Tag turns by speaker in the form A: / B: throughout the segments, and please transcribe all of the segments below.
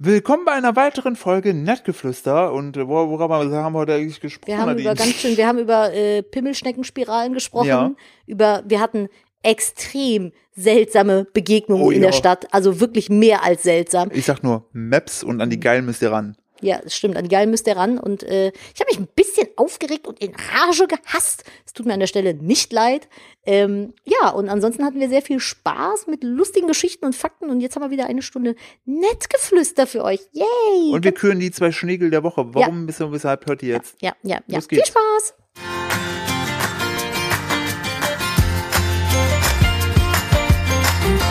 A: Willkommen bei einer weiteren Folge Nettgeflüster und äh, wor- worüber haben wir heute eigentlich gesprochen?
B: Wir haben über
A: Nadine?
B: ganz schön, wir haben über äh, Pimmelschneckenspiralen gesprochen,
A: Ja.
B: über wir hatten extrem seltsame Begegnungen
A: Oh
B: in
A: ja.
B: der Stadt, also wirklich mehr als seltsam.
A: ich sag nur Maps und an die Geilen müsst ihr ran.
B: Ja, es stimmt, an Geil müsst ihr ran und äh, ich habe mich ein bisschen aufgeregt und in Rage gehasst. Es tut mir an der Stelle nicht leid. Ähm, ja, und ansonsten hatten wir sehr viel Spaß mit lustigen Geschichten und Fakten und jetzt haben wir wieder eine Stunde Nettgeflüster für euch. Yay!
A: Und wir küren die zwei Schnegel der Woche. Warum bis und weshalb hört ihr jetzt?
B: ja, ja, ja.
A: Los
B: Viel
A: geht's.
B: Spaß!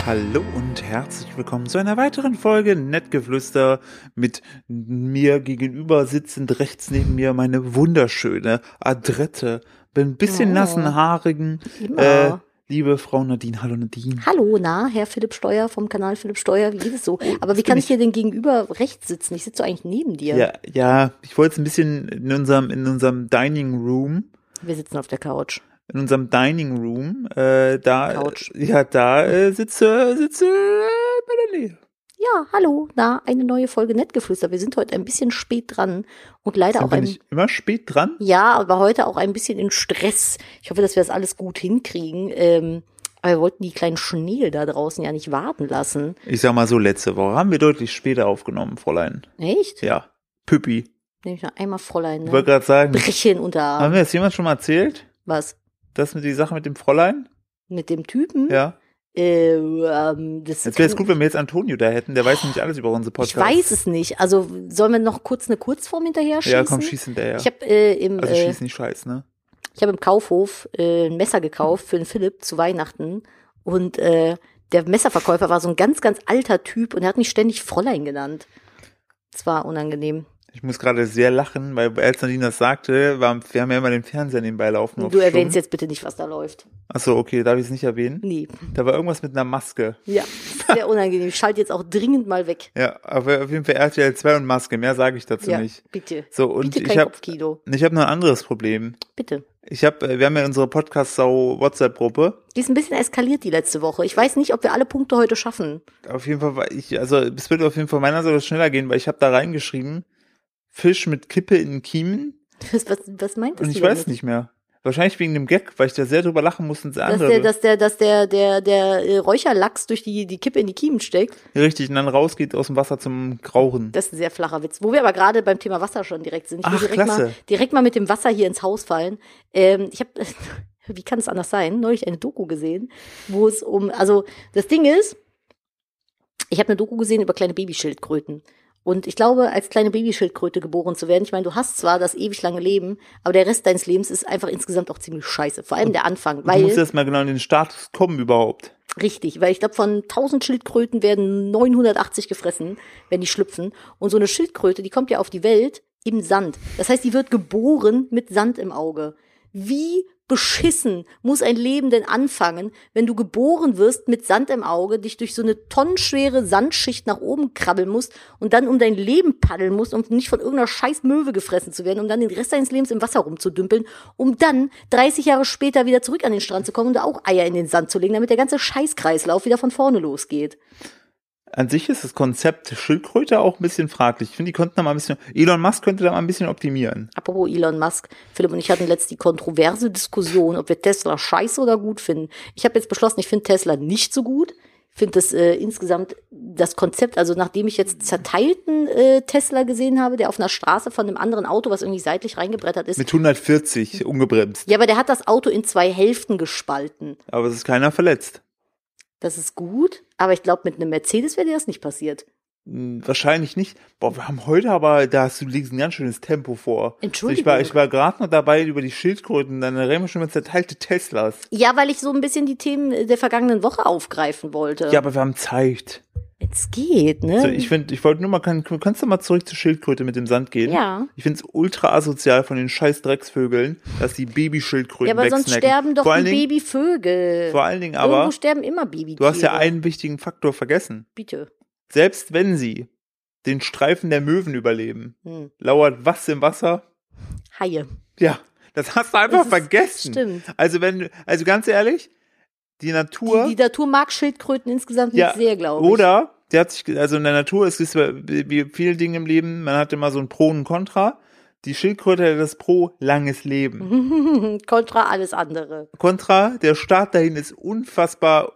A: Hallo und herzlich willkommen zu einer weiteren Folge Nettgeflüster. Mit mir gegenüber sitzend rechts neben mir meine wunderschöne Adrette, mit ein bisschen
B: Oh.
A: nassen Haarigen,
B: Immer.
A: äh, liebe Frau Nadine. Hallo Nadine.
B: Hallo, na, Herr Philipp Steuer vom Kanal Philipp Steuer, wie geht es so?
A: Oh,
B: Aber wie kann ich hier denn gegenüber rechts sitzen? Ich sitze so eigentlich neben dir.
A: Ja, ja, ich wollte es ein bisschen in unserem, in unserem Dining Room,
B: Wir sitzen auf der Couch.
A: in unserem Dining Room, äh, da,
B: Couch.
A: ja, da äh, sitze, sitze äh, Melanie.
B: Ja, hallo, na, eine neue Folge Nettgeflüster. Wir sind heute ein bisschen spät dran und leider
A: Da
B: auch ein,
A: bin ich immer spät dran.
B: ja, aber heute auch ein bisschen in Stress. Ich hoffe, dass wir das alles gut hinkriegen. Ähm, aber wir wollten die kleinen Schneel da draußen ja nicht warten lassen.
A: Ich sag mal so, letzte Woche haben wir deutlich später aufgenommen, Fräulein.
B: Echt?
A: Ja, Püppi.
B: Nehme ich noch einmal Fräulein,
A: Ich
B: ne?
A: wollte gerade sagen,
B: Brechchen unter
A: haben wir das jemand schon mal erzählt?
B: was?
A: Das mit die Sache mit dem Fräulein?
B: Mit dem Typen?
A: Ja.
B: Äh, ähm, das
A: Jetzt wäre es
B: Hm? kann-
A: gut, wenn wir jetzt Antonio da hätten. Der weiß nämlich alles über unsere
B: Ich
A: Podcasts.
B: weiß es nicht. Also sollen wir noch kurz eine Kurzform hinterher schießen?
A: Ja, komm, schieß hinterher.
B: Ich habe äh, im,
A: also
B: äh,
A: schieß nicht scheiß, ne?
B: ich hab im Kaufhof äh, ein Messer gekauft für den Philipp zu Weihnachten und äh, der Messerverkäufer war so ein ganz, ganz alter Typ und er hat mich ständig Fräulein genannt. Das war unangenehm.
A: Ich muss gerade sehr lachen, weil als Nadine das sagte, war, wir haben ja immer den Fernseher nebenbei laufen. auf
B: du erwähnst
A: Stumm.
B: jetzt bitte nicht, was da läuft.
A: Achso, okay, darf ich es nicht erwähnen?
B: Nee.
A: Da war irgendwas mit einer Maske.
B: Ja, sehr unangenehm. Ich schalte jetzt auch dringend mal weg.
A: Ja, aber auf jeden Fall RTL 2 und Maske, mehr sage ich dazu
B: Ja,
A: nicht.
B: bitte.
A: So, und
B: Bitte
A: ich
B: kein
A: habe
B: Kopfkino.
A: ich hab noch ein anderes Problem.
B: Bitte.
A: Ich habe, wir haben ja unsere Podcast-Sau-WhatsApp-Gruppe.
B: Die ist ein bisschen eskaliert die letzte Woche. Ich weiß nicht, ob wir alle Punkte heute schaffen.
A: Auf jeden Fall war ich, also es wird auf jeden Fall meinerseits schneller gehen, weil ich habe da reingeschrieben, Fisch mit Kippe in Kiemen
B: Was, was, was meint das
A: und ich weiß nicht mehr. Wahrscheinlich wegen dem Gag, weil ich da sehr drüber lachen musste und sehr
B: Dass
A: andere. ne?
B: der, dass der, dass der, der, der äh, Räucherlachs durch die, die Kippe in die Kiemen steckt,
A: Richtig, und dann rausgeht aus dem Wasser zum Rauchen.
B: das ist ein sehr flacher Witz. Wo wir aber gerade beim Thema Wasser schon direkt sind. Ich
A: Ach,
B: direkt,
A: klasse.
B: Mal, direkt mal mit dem Wasser hier ins Haus fallen. Ähm, ich habe, wie kann es anders sein, neulich eine Doku gesehen, wo es um, also das Ding ist, ich habe eine Doku gesehen über kleine Babyschildkröten. Und ich glaube, als kleine Babyschildkröte geboren zu werden, ich meine, du hast zwar das ewig lange Leben, aber der Rest deines Lebens ist einfach insgesamt auch ziemlich scheiße. Vor allem der Anfang,
A: du
B: weil.
A: musst erst mal genau in den Status kommen überhaupt.
B: Richtig, weil ich glaube, von 1000 Schildkröten werden 980 gefressen, wenn die schlüpfen. Und so eine Schildkröte, die kommt ja auf die Welt im Sand. Das heißt, die wird geboren mit Sand im Auge. Wie beschissen muss ein Leben denn anfangen, wenn du geboren wirst mit Sand im Auge, dich durch so eine tonnenschwere Sandschicht nach oben krabbeln musst und dann um dein Leben paddeln musst, um nicht von irgendeiner scheiß Möwe gefressen zu werden, um dann den Rest deines Lebens im Wasser rumzudümpeln, um dann 30 Jahre später wieder zurück an den Strand zu kommen und da auch Eier in den Sand zu legen, damit der ganze Scheißkreislauf wieder von vorne losgeht.
A: An sich ist das Konzept Schildkröte auch ein bisschen fraglich. Ich finde, die konnten da mal ein bisschen, Elon Musk könnte da mal ein bisschen optimieren.
B: Apropos Elon Musk, Philipp und ich hatten letzt die kontroverse Diskussion, ob wir Tesla scheiße oder gut finden. Ich habe jetzt beschlossen, ich finde Tesla nicht so gut. Ich finde das äh, insgesamt das Konzept, also nachdem ich jetzt zerteilten äh, Tesla gesehen habe, der auf einer Straße von einem anderen Auto, was irgendwie seitlich reingebrettert ist.
A: Mit 140
B: Hm.
A: ungebremst.
B: ja, aber der hat das Auto in zwei Hälften gespalten.
A: Aber es ist keiner verletzt.
B: Das ist gut, aber ich glaube, mit einem Mercedes wäre dir das nicht passiert.
A: Hm, Wahrscheinlich nicht. Boah, wir haben heute aber, da hast du liegst ein ganz schönes Tempo vor.
B: Entschuldigung.
A: Ich war, ich war gerade noch dabei über die Schildkröten, dann reden wir schon über zerteilte Teslas.
B: Ja, weil ich so ein bisschen die Themen äh, der vergangenen Woche aufgreifen wollte.
A: Ja, aber wir haben Zeit.
B: Es geht, ne?
A: So, ich finde, ich wollte nur mal, kann, kannst du mal zurück zur Schildkröte mit dem Sand gehen?
B: Ja.
A: Ich finde es ultra asozial von den scheiß Drecksvögeln, dass die Babyschildkröten
B: ja, aber sonst
A: wegsnacken.
B: sterben doch
A: vor
B: die
A: allen Dingen,
B: Babyvögel.
A: Vor allen Dingen
B: Irgendwo
A: aber,
B: sterben immer Babytiere.
A: du hast ja einen wichtigen Faktor vergessen.
B: Bitte.
A: Selbst wenn sie den Streifen der Möwen überleben,
B: Hm.
A: lauert was im Wasser?
B: Haie.
A: Ja, das hast du einfach
B: Das ist-
A: vergessen.
B: stimmt.
A: Also wenn, also ganz ehrlich, die Natur
B: Die, die Natur mag Schildkröten insgesamt nicht
A: ja,
B: sehr, glaube ich.
A: oder die hat sich, also in der Natur, es ist wie wie vielen Dingen im Leben, man hat immer so ein Pro und ein Contra. Die Schildkröte hat das Pro, langes Leben.
B: Kontra alles andere.
A: Contra, der Start dahin ist unfassbar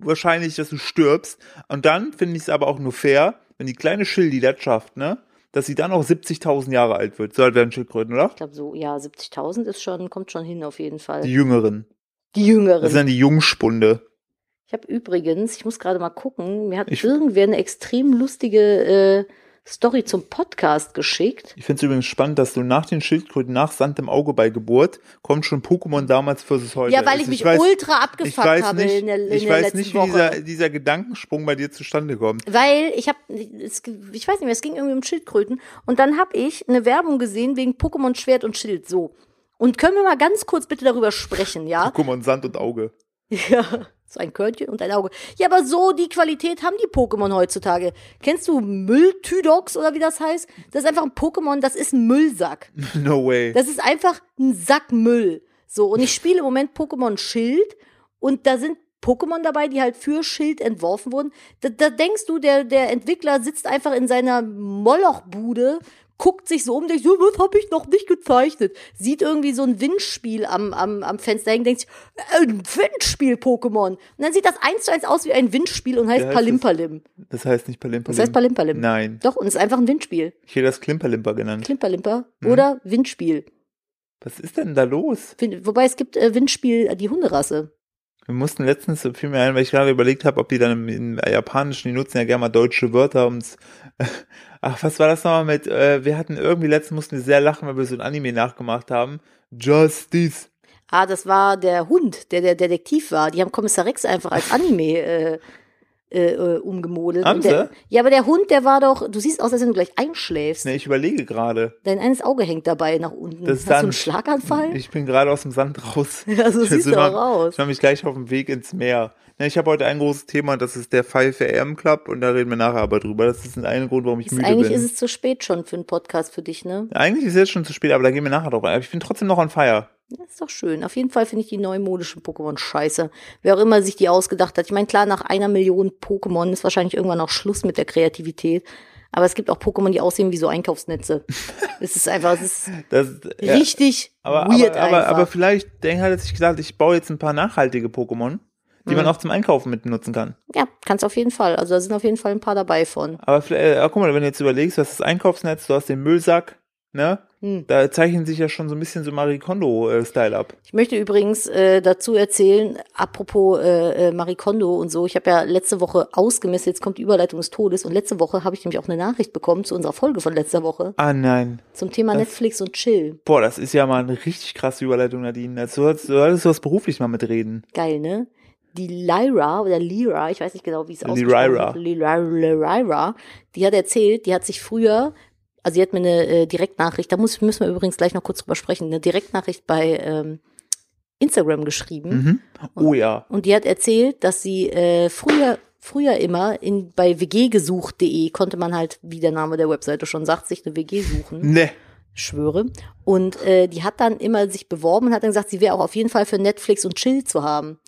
A: wahrscheinlich, dass du stirbst. Und dann finde ich es aber auch nur fair, wenn die kleine Schildi das schafft, ne? Dass sie dann auch 70.000 Jahre alt wird. So alt werden Schildkröten, oder?
B: Ich glaube so, ja, 70.000 ist schon, kommt schon hin auf jeden Fall.
A: Die
B: Die,
A: Jüngeren. Das ist
B: Jüngeren.
A: dann die Jungspunde.
B: Ich habe übrigens, ich muss gerade mal gucken, mir hat
A: Ich-
B: irgendwer eine extrem lustige äh, Story zum Podcast geschickt.
A: Ich finde es übrigens spannend, dass du nach den Schildkröten, nach Sand im Auge bei Geburt, kommt schon Pokémon damals versus heute.
B: ja, weil
A: Also
B: ich mich
A: weiß-
B: ultra
A: ich
B: abgefuckt
A: weiß
B: habe
A: nicht,
B: in der, in
A: ich
B: der
A: weiß
B: letzten
A: nicht, wie
B: Woche.
A: dieser, dieser Gedankensprung bei dir zustande kommt.
B: Weil ich habe, es, ich weiß nicht mehr, es ging irgendwie um Schildkröten. Und dann habe ich eine Werbung gesehen wegen Pokémon Schwert und Schild. So. Und können wir mal ganz kurz bitte darüber sprechen, ja?
A: Pokémon Sand und Auge.
B: Ja, so ein Körnchen und ein Auge. Ja, aber so die Qualität haben die Pokémon heutzutage. Kennst du Mülltydox oder wie das heißt? Das ist einfach ein Pokémon, das ist ein Müllsack.
A: No way.
B: Das ist einfach ein Sack Müll. So, und ich spiele im Moment Pokémon Schild und da sind Pokémon dabei, die halt für Schild entworfen wurden. Da, da denkst du, der, der Entwickler sitzt einfach in seiner Molochbude, guckt sich so um, denkt, so, was habe ich noch nicht gezeichnet? Sieht irgendwie so ein Windspiel am, am, am Fenster hängen, denkt sich, äh, ein Windspiel-Pokémon. Und dann sieht das eins zu eins aus wie ein Windspiel und heißt
A: Ja, das ist-
B: Palimpalim.
A: Das heißt nicht Palimpalim.
B: Das heißt Palimpalim.
A: Nein.
B: Doch, und es ist einfach ein Windspiel.
A: Ich hätte das Klimperlimper genannt.
B: Klimperlimper
A: Mhm.
B: oder Windspiel.
A: Was ist denn da los?
B: Win- Wobei es gibt äh, Windspiel äh, die Hunderasse.
A: Wir mussten letztens, so viel mir ein, weil ich gerade überlegt habe, ob die dann im, im Japanischen, die nutzen ja gerne mal deutsche Wörter, ums. Ach, was war das nochmal mit? Äh, wir hatten irgendwie letztens mussten wir sehr lachen, weil wir so ein Anime nachgemacht haben. Justice.
B: Ah, das war der Hund, der der Detektiv war. Die haben Kommissar Rex einfach als Anime äh, äh, äh, umgemodelt.
A: Haben
B: Und der, ja, aber der Hund, der war doch, du siehst aus, als wenn du gleich einschläfst.
A: Ne, ich überlege gerade.
B: Dein eines Auge hängt dabei nach unten.
A: Das
B: Hast
A: ist
B: du
A: dann-
B: einen Schlaganfall?
A: Ich bin gerade aus dem Sand raus.
B: Ja, so
A: Ich
B: siehst
A: bin
B: du auch
A: immer-
B: aus.
A: Ich mache mich gleich auf den Weg ins Meer. Ne, ich habe heute ein großes Thema, das ist der 5 AM Club und da reden wir nachher aber drüber. Das ist ein Grund, warum ich
B: Ist,
A: müde
B: eigentlich
A: bin.
B: ist es zu spät schon für einen Podcast für dich, ne?
A: Eigentlich ist jetzt schon zu spät, aber da gehen wir nachher drauf ein. Aber ich bin trotzdem noch on fire.
B: Das ist doch schön. Auf jeden Fall finde ich die neumodischen Pokémon scheiße. Wer auch immer sich die ausgedacht hat. Ich meine, klar, nach einer Million Pokémon ist wahrscheinlich irgendwann auch Schluss mit der Kreativität. Aber es gibt auch Pokémon, die aussehen wie so Einkaufsnetze. es ist einfach, es ist
A: Das, ja,
B: richtig
A: aber,
B: weird
A: aber, aber,
B: einfach.
A: aber vielleicht denk halt, dass ich gesagt, ich baue jetzt ein paar nachhaltige Pokémon, die
B: Mhm.
A: man auch zum Einkaufen mit benutzen kann.
B: ja, kannst auf jeden Fall. Also da sind auf jeden Fall ein paar dabei von.
A: Aber vielleicht, äh, guck mal, wenn du jetzt überlegst, du hast das Einkaufsnetz, du hast den Müllsack, ne?
B: Hm.
A: Da zeichnen sich ja schon so ein bisschen so Marie Kondo-Style ab.
B: Ich möchte übrigens äh, dazu erzählen, apropos äh, äh, Marie Kondo und so, ich habe ja letzte Woche ausgemisst, jetzt kommt die Überleitung des Todes und letzte Woche habe ich nämlich auch eine Nachricht bekommen zu unserer Folge von letzter Woche
A: Ah nein.
B: zum Thema
A: Das-
B: Netflix und Chill.
A: Boah, das ist ja mal eine richtig krasse Überleitung, Nadine. Also, Du solltest, du solltest was beruflich mal mitreden.
B: Geil, ne? Die Lyra oder Lyra, ich weiß nicht genau, wie es aussieht.
A: Lyra.
B: Lyra, Lyra, die hat erzählt, die hat sich früher, also sie hat mir eine äh, Direktnachricht, da muss, müssen wir übrigens gleich noch kurz drüber sprechen, eine Direktnachricht bei ähm, Instagram geschrieben.
A: Mhm. Oh ja.
B: Und die hat erzählt, dass sie äh, früher, früher immer in, bei wggesucht.de konnte man halt, wie der Name der Webseite schon sagt, sich eine WG suchen
A: Ne.
B: schwöre. Und äh, die hat dann immer sich beworben und hat dann gesagt, sie wäre auch auf jeden Fall für Netflix und Chill zu haben.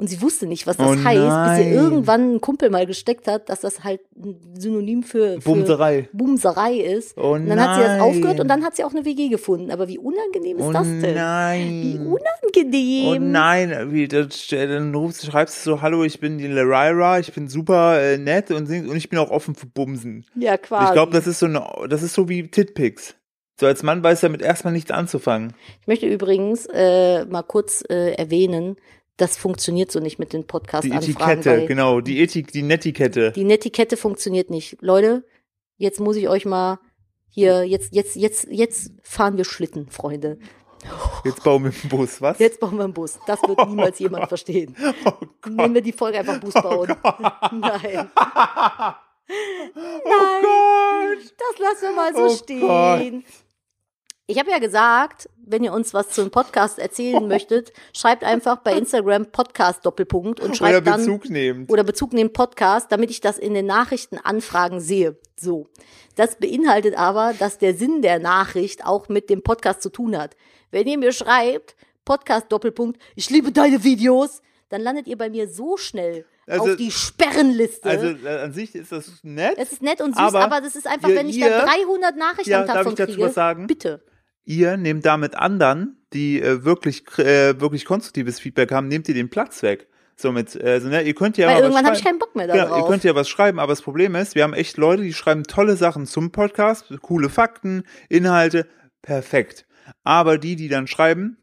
B: Und sie wusste nicht, was das
A: Oh
B: heißt, bis
A: nein.
B: ihr irgendwann ein Kumpel mal gesteckt hat, dass das halt ein Synonym für, für
A: Bumserei.
B: Bumserei ist.
A: Oh
B: und dann hat sie das
A: nein.
B: aufgehört und dann hat sie auch eine WG gefunden. Aber wie unangenehm ist
A: Oh
B: das denn?
A: nein.
B: Wie
A: Oh
B: unangenehm.
A: nein, wie, das, äh, dann rufst, schreibst du so, hallo, ich bin die Larira, ich bin super äh, nett und, sing- und ich bin auch offen für Bumsen.
B: Ja, quasi.
A: Ich glaube, das ist so eine, das ist so wie Titpics. So als Mann weiß damit erstmal nichts anzufangen.
B: Ich möchte übrigens äh, mal kurz äh, erwähnen, das funktioniert so nicht mit den
A: Die
B: Podcast-Anfragen.
A: Etikette,
B: weil-
A: genau, die Etik, die Netiquette.
B: Die Netiquette funktioniert nicht. Leute, jetzt muss ich euch mal hier, jetzt, jetzt, jetzt, jetzt fahren wir Schlitten, Freunde.
A: Jetzt bauen wir den Bus, was?
B: Jetzt bauen wir einen Bus. Das wird niemals jemand verstehen.
A: Oh Gott. Oh
B: Nennen wir die Folge einfach Bus bauen. Nein. Nein.
A: Oh Gott.
B: Das lassen wir mal so
A: Oh
B: stehen. Ich habe ja gesagt, wenn ihr uns was zum Podcast erzählen möchtet, schreibt einfach bei Instagram Podcast Doppelpunkt und
A: Oder
B: schreibt dann
A: Bezug nehmen.
B: oder Bezug nehmen Podcast, damit ich das in den Nachrichten anfragen sehe. So. Das beinhaltet aber, dass der Sinn der Nachricht auch mit dem Podcast zu tun hat. Wenn ihr mir schreibt, Podcast Doppelpunkt, ich liebe deine Videos, dann landet ihr bei mir so schnell
A: Also-
B: auf die Sperrenliste.
A: Also äh, an sich ist das nett.
B: es ist nett und süß, aber,
A: aber
B: das ist einfach,
A: ihr-
B: wenn ich
A: ihr-
B: da 300 Nachrichten
A: Ja,
B: am Tag
A: darf
B: von
A: ich dazu
B: kriege.
A: was sagen?
B: Bitte.
A: Ihr nehmt damit anderen, die äh, wirklich kr- äh, wirklich konstruktives Feedback haben, nehmt ihr den Platz weg. Somit, äh, also, ne, ihr könnt ja
B: Weil
A: mal was
B: irgendwann habe ich
A: schreiben.
B: keinen Bock mehr
A: Genau, ihr
B: darauf.
A: könnt ja was schreiben, aber das Problem ist, wir haben echt Leute, die schreiben tolle Sachen zum Podcast, coole Fakten, Inhalte, perfekt. Aber die, die dann schreiben,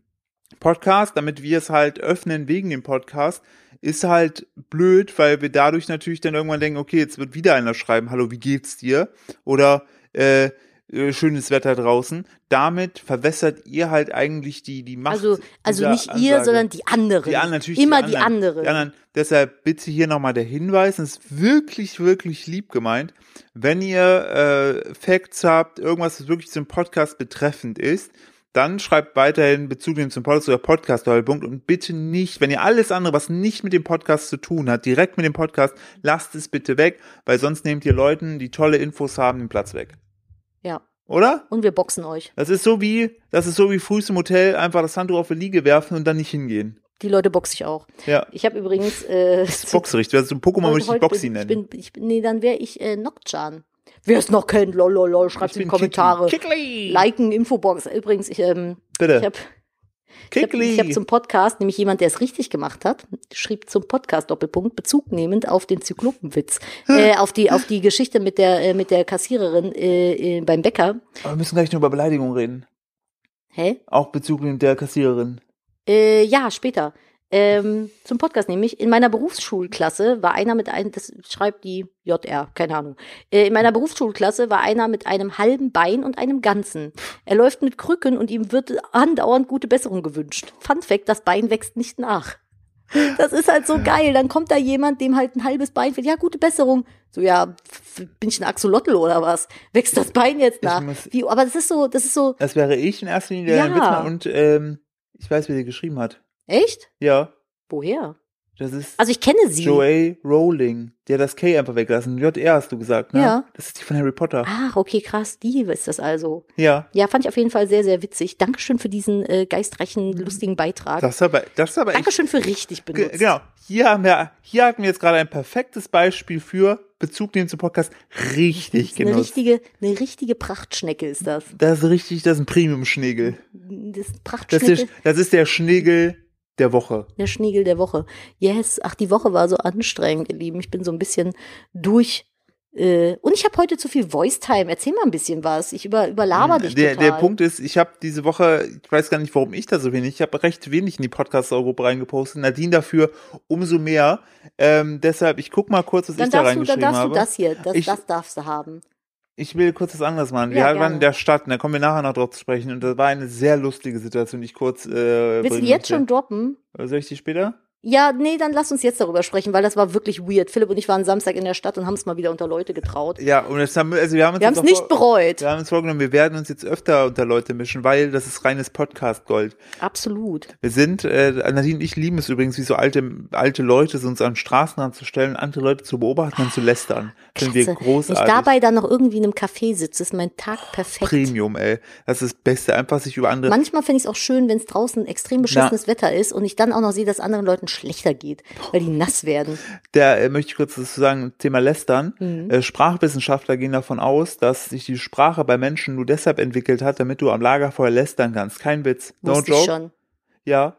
A: Podcast, damit wir es halt öffnen wegen dem Podcast, ist halt blöd, weil wir dadurch natürlich dann irgendwann denken, okay, jetzt wird wieder einer schreiben, hallo, wie geht's dir? Oder äh, äh, schönes Wetter draußen. Damit verwässert ihr halt eigentlich die, die Macht.
B: also also
A: dieser
B: nicht ihr,
A: Ansage.
B: sondern die anderen.
A: Die anderen, natürlich.
B: Immer
A: die anderen. Die anderen. Deshalb bitte hier nochmal der Hinweis, das ist wirklich, wirklich lieb gemeint. Wenn ihr äh, Facts habt, irgendwas, was wirklich zum Podcast betreffend ist, dann schreibt weiterhin Bezug nehmen zum Podcast oder podcast Doppelpunkt und bitte nicht, wenn ihr alles andere, was nicht mit dem Podcast zu tun hat, direkt mit dem Podcast, lasst es bitte weg, weil sonst nehmt ihr Leuten, die tolle Infos haben, den Platz weg.
B: Ja.
A: Oder?
B: Und wir boxen euch.
A: Das ist so wie, das ist so wie frühst im Hotel einfach das Handtuch auf die Liege werfen und dann nicht hingehen.
B: Die Leute boxe ich auch.
A: Ja.
B: Ich habe übrigens äh,
A: Boxricht. Also ein Pokémon möchte ich Boxi
B: bin, ich
A: nennen.
B: bin, ich bin, nee, dann wäre ich äh, Nokchan. Wer es noch kennt, lololol,
A: Ich
B: schreibt in die
A: bin
B: Kommentare.
A: Kickly. Kickly.
B: Liken, Infobox. Übrigens, ich, ähm,
A: Bitte.
B: ich habe Ich habe
A: Kickly.
B: hab zum Podcast, nämlich jemand, der es richtig gemacht hat, schrieb zum Podcast Doppelpunkt, Bezug nehmend auf den Zyklopenwitz, äh, auf die auf die Geschichte mit der äh, mit der Kassiererin äh, äh, beim Bäcker.
A: Aber wir müssen gleich nur über Beleidigung reden.
B: Hä?
A: Auch bezüglich der Kassiererin.
B: Äh, ja, später. Ähm, zum Podcast nämlich. In meiner Berufsschulklasse war einer mit einem, das schreibt die JR, keine Ahnung. Äh, in meiner Berufsschulklasse war einer mit einem halben Bein und einem ganzen. Er läuft mit Krücken und ihm wird andauernd gute Besserung gewünscht. Fun Fact, das Bein wächst nicht nach. Das ist halt so geil. Dann kommt da jemand, dem halt ein halbes Bein fehlt. Ja, gute Besserung. So, ja, f- f- bin ich ein Axolotl oder was? Wächst das Bein jetzt nach?
A: muss-
B: Wie, aber das ist so, das ist so,
A: Das wäre ich in erster Linie, der
B: Ja.
A: den Witz macht. Und ähm, ich weiß, wer die geschrieben hat.
B: echt?
A: Ja,
B: Woher?
A: das ist
B: Also ich kenne sie.
A: Joey Rowling. Der hat das K einfach weggelassen. JR hast du gesagt, ne?
B: Ja.
A: Das ist die von Harry Potter.
B: Ach, okay, krass, die ist das also.
A: Ja.
B: Ja, fand ich auf jeden Fall sehr, sehr witzig. Dankeschön für diesen äh, geistreichen, lustigen Beitrag.
A: Mhm. Das ist aber, das ist aber echt
B: Dankeschön für richtig
A: Ge-
B: benutzt.
A: Genau. Hier haben wir, hier hatten wir jetzt gerade ein perfektes Beispiel für Bezug nehmen zum Podcast richtig
B: Eine
A: genutzt.
B: richtige, eine richtige Prachtschnecke ist das.
A: Das ist richtig, das ist ein Premium-Schnegel.
B: Das ist
A: Das ist,
B: Prachtschnecke,
A: der, das ist der Schnegel der Woche.
B: der Schniegel der Woche. Yes, ach, die Woche war so anstrengend, ihr Lieben. Ich bin so ein bisschen durch. Äh, und ich habe heute zu viel Voice-Time. Erzähl mal ein bisschen was. Ich über, überlaber dich
A: Mhm. der,
B: total.
A: der Punkt ist, ich habe diese Woche, ich weiß gar nicht, warum ich da so wenig, ich habe recht wenig in die Podcast-Gruppe reingepostet. Nadine dafür umso mehr. Ähm, deshalb, ich guck mal kurz, was
B: dann
A: ich da
B: darfst, du, dann
A: reingeschrieben
B: darfst
A: habe.
B: du das hier, das,
A: Ich-
B: das darfst du haben.
A: Ich will kurz was anderes machen.
B: Ja,
A: wir waren
B: gerne.
A: in der Stadt, und da kommen wir nachher noch drauf zu sprechen. Und das war eine sehr lustige Situation, die ich kurz. Äh,
B: Willst du
A: bringen
B: die jetzt
A: möchte.
B: schon droppen?
A: Soll ich die später?
B: Ja, nee, dann lass uns jetzt darüber sprechen, weil das war wirklich weird. Philipp und ich waren Samstag in der Stadt und haben es mal wieder unter Leute getraut.
A: Ja, und das haben, wir- also wir haben uns
B: Wir haben
A: jetzt
B: es
A: auch
B: nicht
A: vor-
B: bereut.
A: Wir haben uns vorgenommen, wir werden uns jetzt öfter unter Leute mischen, weil das ist reines Podcast-Gold.
B: Absolut.
A: Wir sind, äh, Nadine und ich lieben es übrigens, wie so alte, alte Leute so uns an den Straßenrand zu stellen, andere Leute zu beobachten und zu lästern. Finden wir
B: Ah, Klasse. Wenn ich
A: großartig. Oh,
B: dabei dann noch irgendwie in einem Café sitze, ist mein Tag perfekt.
A: Premium, ey. Das ist das Beste. Einfach sich über andere.
B: Manchmal finde ich es auch schön, wenn es draußen extrem beschissenes Wetter ist und ich dann auch noch sehe, dass anderen Leuten schlechter geht, weil die nass werden.
A: Der äh, möchte ich kurz dazu sagen, Thema Lästern.
B: Mhm.
A: Äh, Sprachwissenschaftler gehen davon aus, dass sich die Sprache bei Menschen nur deshalb entwickelt hat, damit du am Lagerfeuer lästern kannst. Kein Witz. No
B: Wusste
A: joke.
B: ich schon.
A: Ja.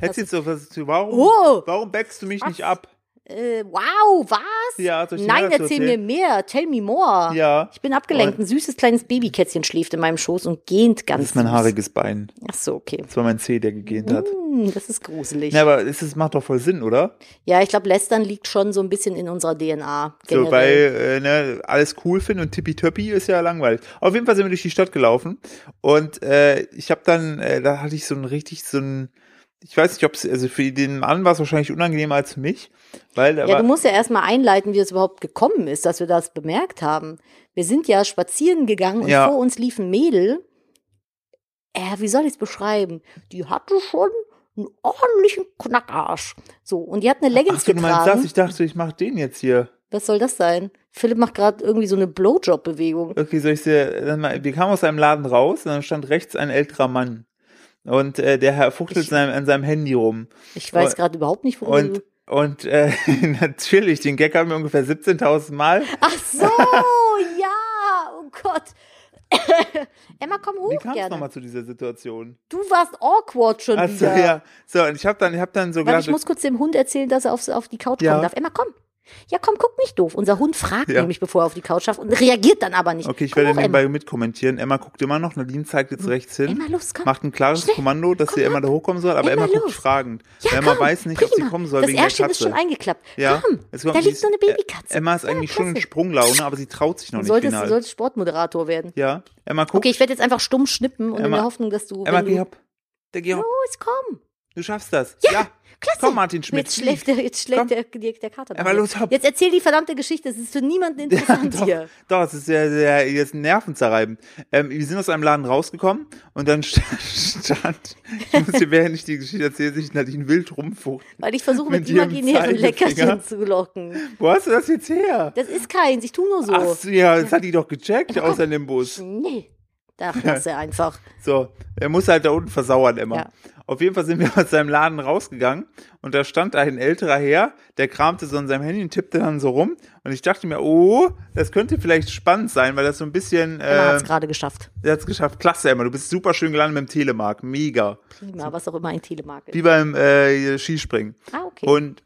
A: Hättest jetzt so was zu, warum?
B: Oh!
A: Warum backst du mich
B: Was?
A: nicht ab?
B: Äh, wow, was?
A: Ja, soll ich dir
B: Nein,
A: mehr dazu
B: erzähl mir
A: erzählen?
B: mehr. Tell me more.
A: Ja.
B: Ich bin abgelenkt.
A: Und-
B: Ein süßes kleines Babykätzchen schläft in meinem Schoß und gähnt ganz.
A: Das ist mein
B: süß.
A: haariges Bein.
B: Ach so, okay.
A: Das war mein Zeh, der gegähnt hat.
B: Mm, das ist gruselig.
A: Ja, aber es ist, macht doch voll Sinn, oder?
B: Ja, ich glaube, Lästern liegt schon so ein bisschen in unserer DNA. Generell.
A: So, weil äh, ne, alles cool finden und tippitoppi ist ja langweilig. Auf jeden Fall sind wir durch die Stadt gelaufen und äh, ich habe dann, äh, da hatte ich so ein richtig so ein, ich weiß nicht, ob es, also für den Mann war es wahrscheinlich unangenehmer als für mich, weil da
B: ja,
A: war,
B: du musst ja erstmal einleiten, wie es überhaupt gekommen ist, dass wir das bemerkt haben. Wir sind ja spazieren gegangen und
A: Ja.
B: vor uns liefen Mädel. Äh, wie soll ich es beschreiben? Die hatte schon einen ordentlichen Knackarsch. So, und die hat eine
A: ach
B: Leggings
A: so, du meinst
B: getragen.
A: das? Ich dachte, ich mach den jetzt hier.
B: Was soll das sein? Philipp macht gerade irgendwie so eine Blowjob-Bewegung.
A: Okay, soll ich dir, dann mal- wir kamen aus einem Laden raus und dann stand rechts ein älterer Mann. Und äh, der Herr fuchtelt
B: Ich- Oh.
A: seinem, an seinem Handy rum.
B: Ich weiß gerade überhaupt nicht, worum
A: Und,
B: du...
A: und äh, natürlich, den Gag haben wir ungefähr 17.000 Mal.
B: Ach so, ja, oh Gott. Emma, komm
A: Wie
B: hoch
A: kam es
B: Oh, gerne.
A: nochmal zu dieser Situation?
B: Du warst awkward schon
A: Ach so,
B: wieder.
A: ja. So, und ich habe dann, ich hab dann so
B: Warte,
A: gedacht,
B: ich muss kurz dem Hund erzählen, dass er aufs, auf die Couch
A: Ja.
B: kommen darf. Emma, komm. Ja, komm, guck nicht doof. Unser Hund fragt
A: Ja.
B: nämlich, bevor er auf die Couch schafft und reagiert dann aber nicht.
A: okay, ich
B: Komm
A: werde
B: hoch,
A: nebenbei mitkommentieren. Emma guckt immer noch, Nadine zeigt jetzt rechts hin.
B: Hm. Emma, los, komm.
A: macht ein klares
B: Schnell,
A: Kommando, dass
B: komm
A: sie Emma
B: ab.
A: da hochkommen soll, aber
B: Emma,
A: Emma, guckt
B: los.
A: fragt.
B: Ja,
A: Emma
B: komm,
A: weiß nicht, ob sie
B: prima.
A: kommen soll
B: das
A: wegen der
B: Ärschchen
A: Katze.
B: ist schon eingeklappt.
A: ja,
B: Komm,
A: es kommt-
B: da
A: sie
B: liegt
A: ist-
B: so eine Babykatze.
A: Emma ist
B: Ja,
A: eigentlich schon in
B: klasse.
A: Sprunglaune, aber sie traut sich noch
B: Du
A: nicht
B: solltest,
A: final.
B: du solltest Sportmoderator werden.
A: ja, Emma guckt.
B: Okay, ich werde jetzt einfach stumm schnippen und in
A: Emma-
B: der Hoffnung, dass du.
A: Emma,
B: wenn
A: geh
B: du
A: hopp. Der geh hopp.
B: los, komm.
A: Du schaffst das.
B: Ja,
A: klasse. Komm, Martin Schmidt.
B: Jetzt schläft, der, jetzt
A: Komm.
B: schlägt der, der, der Kater. bei
A: Emma,
B: mir.
A: los, hopp.
B: Jetzt erzähl die verdammte Geschichte. Es ist für niemanden interessant
A: doch,
B: hier.
A: doch, es ist sehr, sehr, jetzt nervenzerreibend. Ähm, wir sind aus einem Laden rausgekommen und dann st- stand, ich muss dir, während ich die Geschichte erzähle, sich Nadine wild rumfucht.
B: Weil ich versuche, mit,
A: Mit ihrem
B: imaginären
A: Zeigefinger.
B: Leckerchen zu locken.
A: Wo hast du das jetzt her?
B: Das ist keins. Ich tu nur so.
A: Ach, so, ja, das hat die doch gecheckt,
B: Ja, komm.
A: außer in dem Bus.
B: Nee. Da lass er einfach.
A: So, er muss halt da unten versauern, Emma.
B: Ja.
A: Auf jeden Fall sind wir aus seinem Laden rausgegangen und da stand ein älterer Herr, der kramte so in seinem Handy und tippte dann so rum. Und ich dachte mir, oh, das könnte vielleicht spannend sein, weil das so ein bisschen,
B: Emma hat's
A: äh,
B: gerade geschafft.
A: der hat's geschafft. Klasse, Emma, du bist super schön gelandet mit dem Telemark. Mega.
B: Prima, was auch immer ein Telemark ist.
A: Wie beim äh, Skispringen.
B: Ah, okay.
A: Und,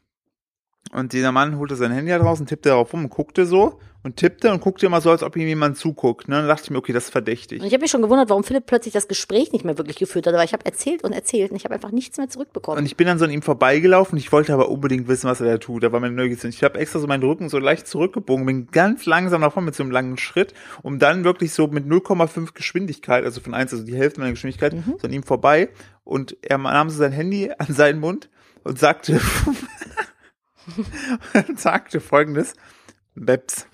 A: und dieser Mann holte sein Handy halt raus und tippte darauf rum und guckte so und tippte und guckte immer so, als ob ihm jemand zuguckt. Ne? Dann dachte ich mir, okay, das ist
B: Und
A: verdächtig.
B: ich habe mich schon gewundert, warum Philipp plötzlich das Gespräch nicht mehr wirklich geführt hat, aber ich habe erzählt und erzählt und ich habe einfach nichts mehr
A: Und
B: zurückbekommen.
A: ich bin dann so an ihm vorbeigelaufen. Ich wollte aber unbedingt wissen, was er da tut. Da war meine Neugier. zu. Ich habe extra so meinen Rücken so leicht zurückgebogen, bin ganz langsam davon mit so einem langen Schritt, um dann wirklich so mit 0,5 Geschwindigkeit, also von 1, also die Hälfte meiner Geschwindigkeit, so an ihm vorbei. Und er nahm so sein Handy an seinen Mund und sagte, und sagte folgendes. Beps.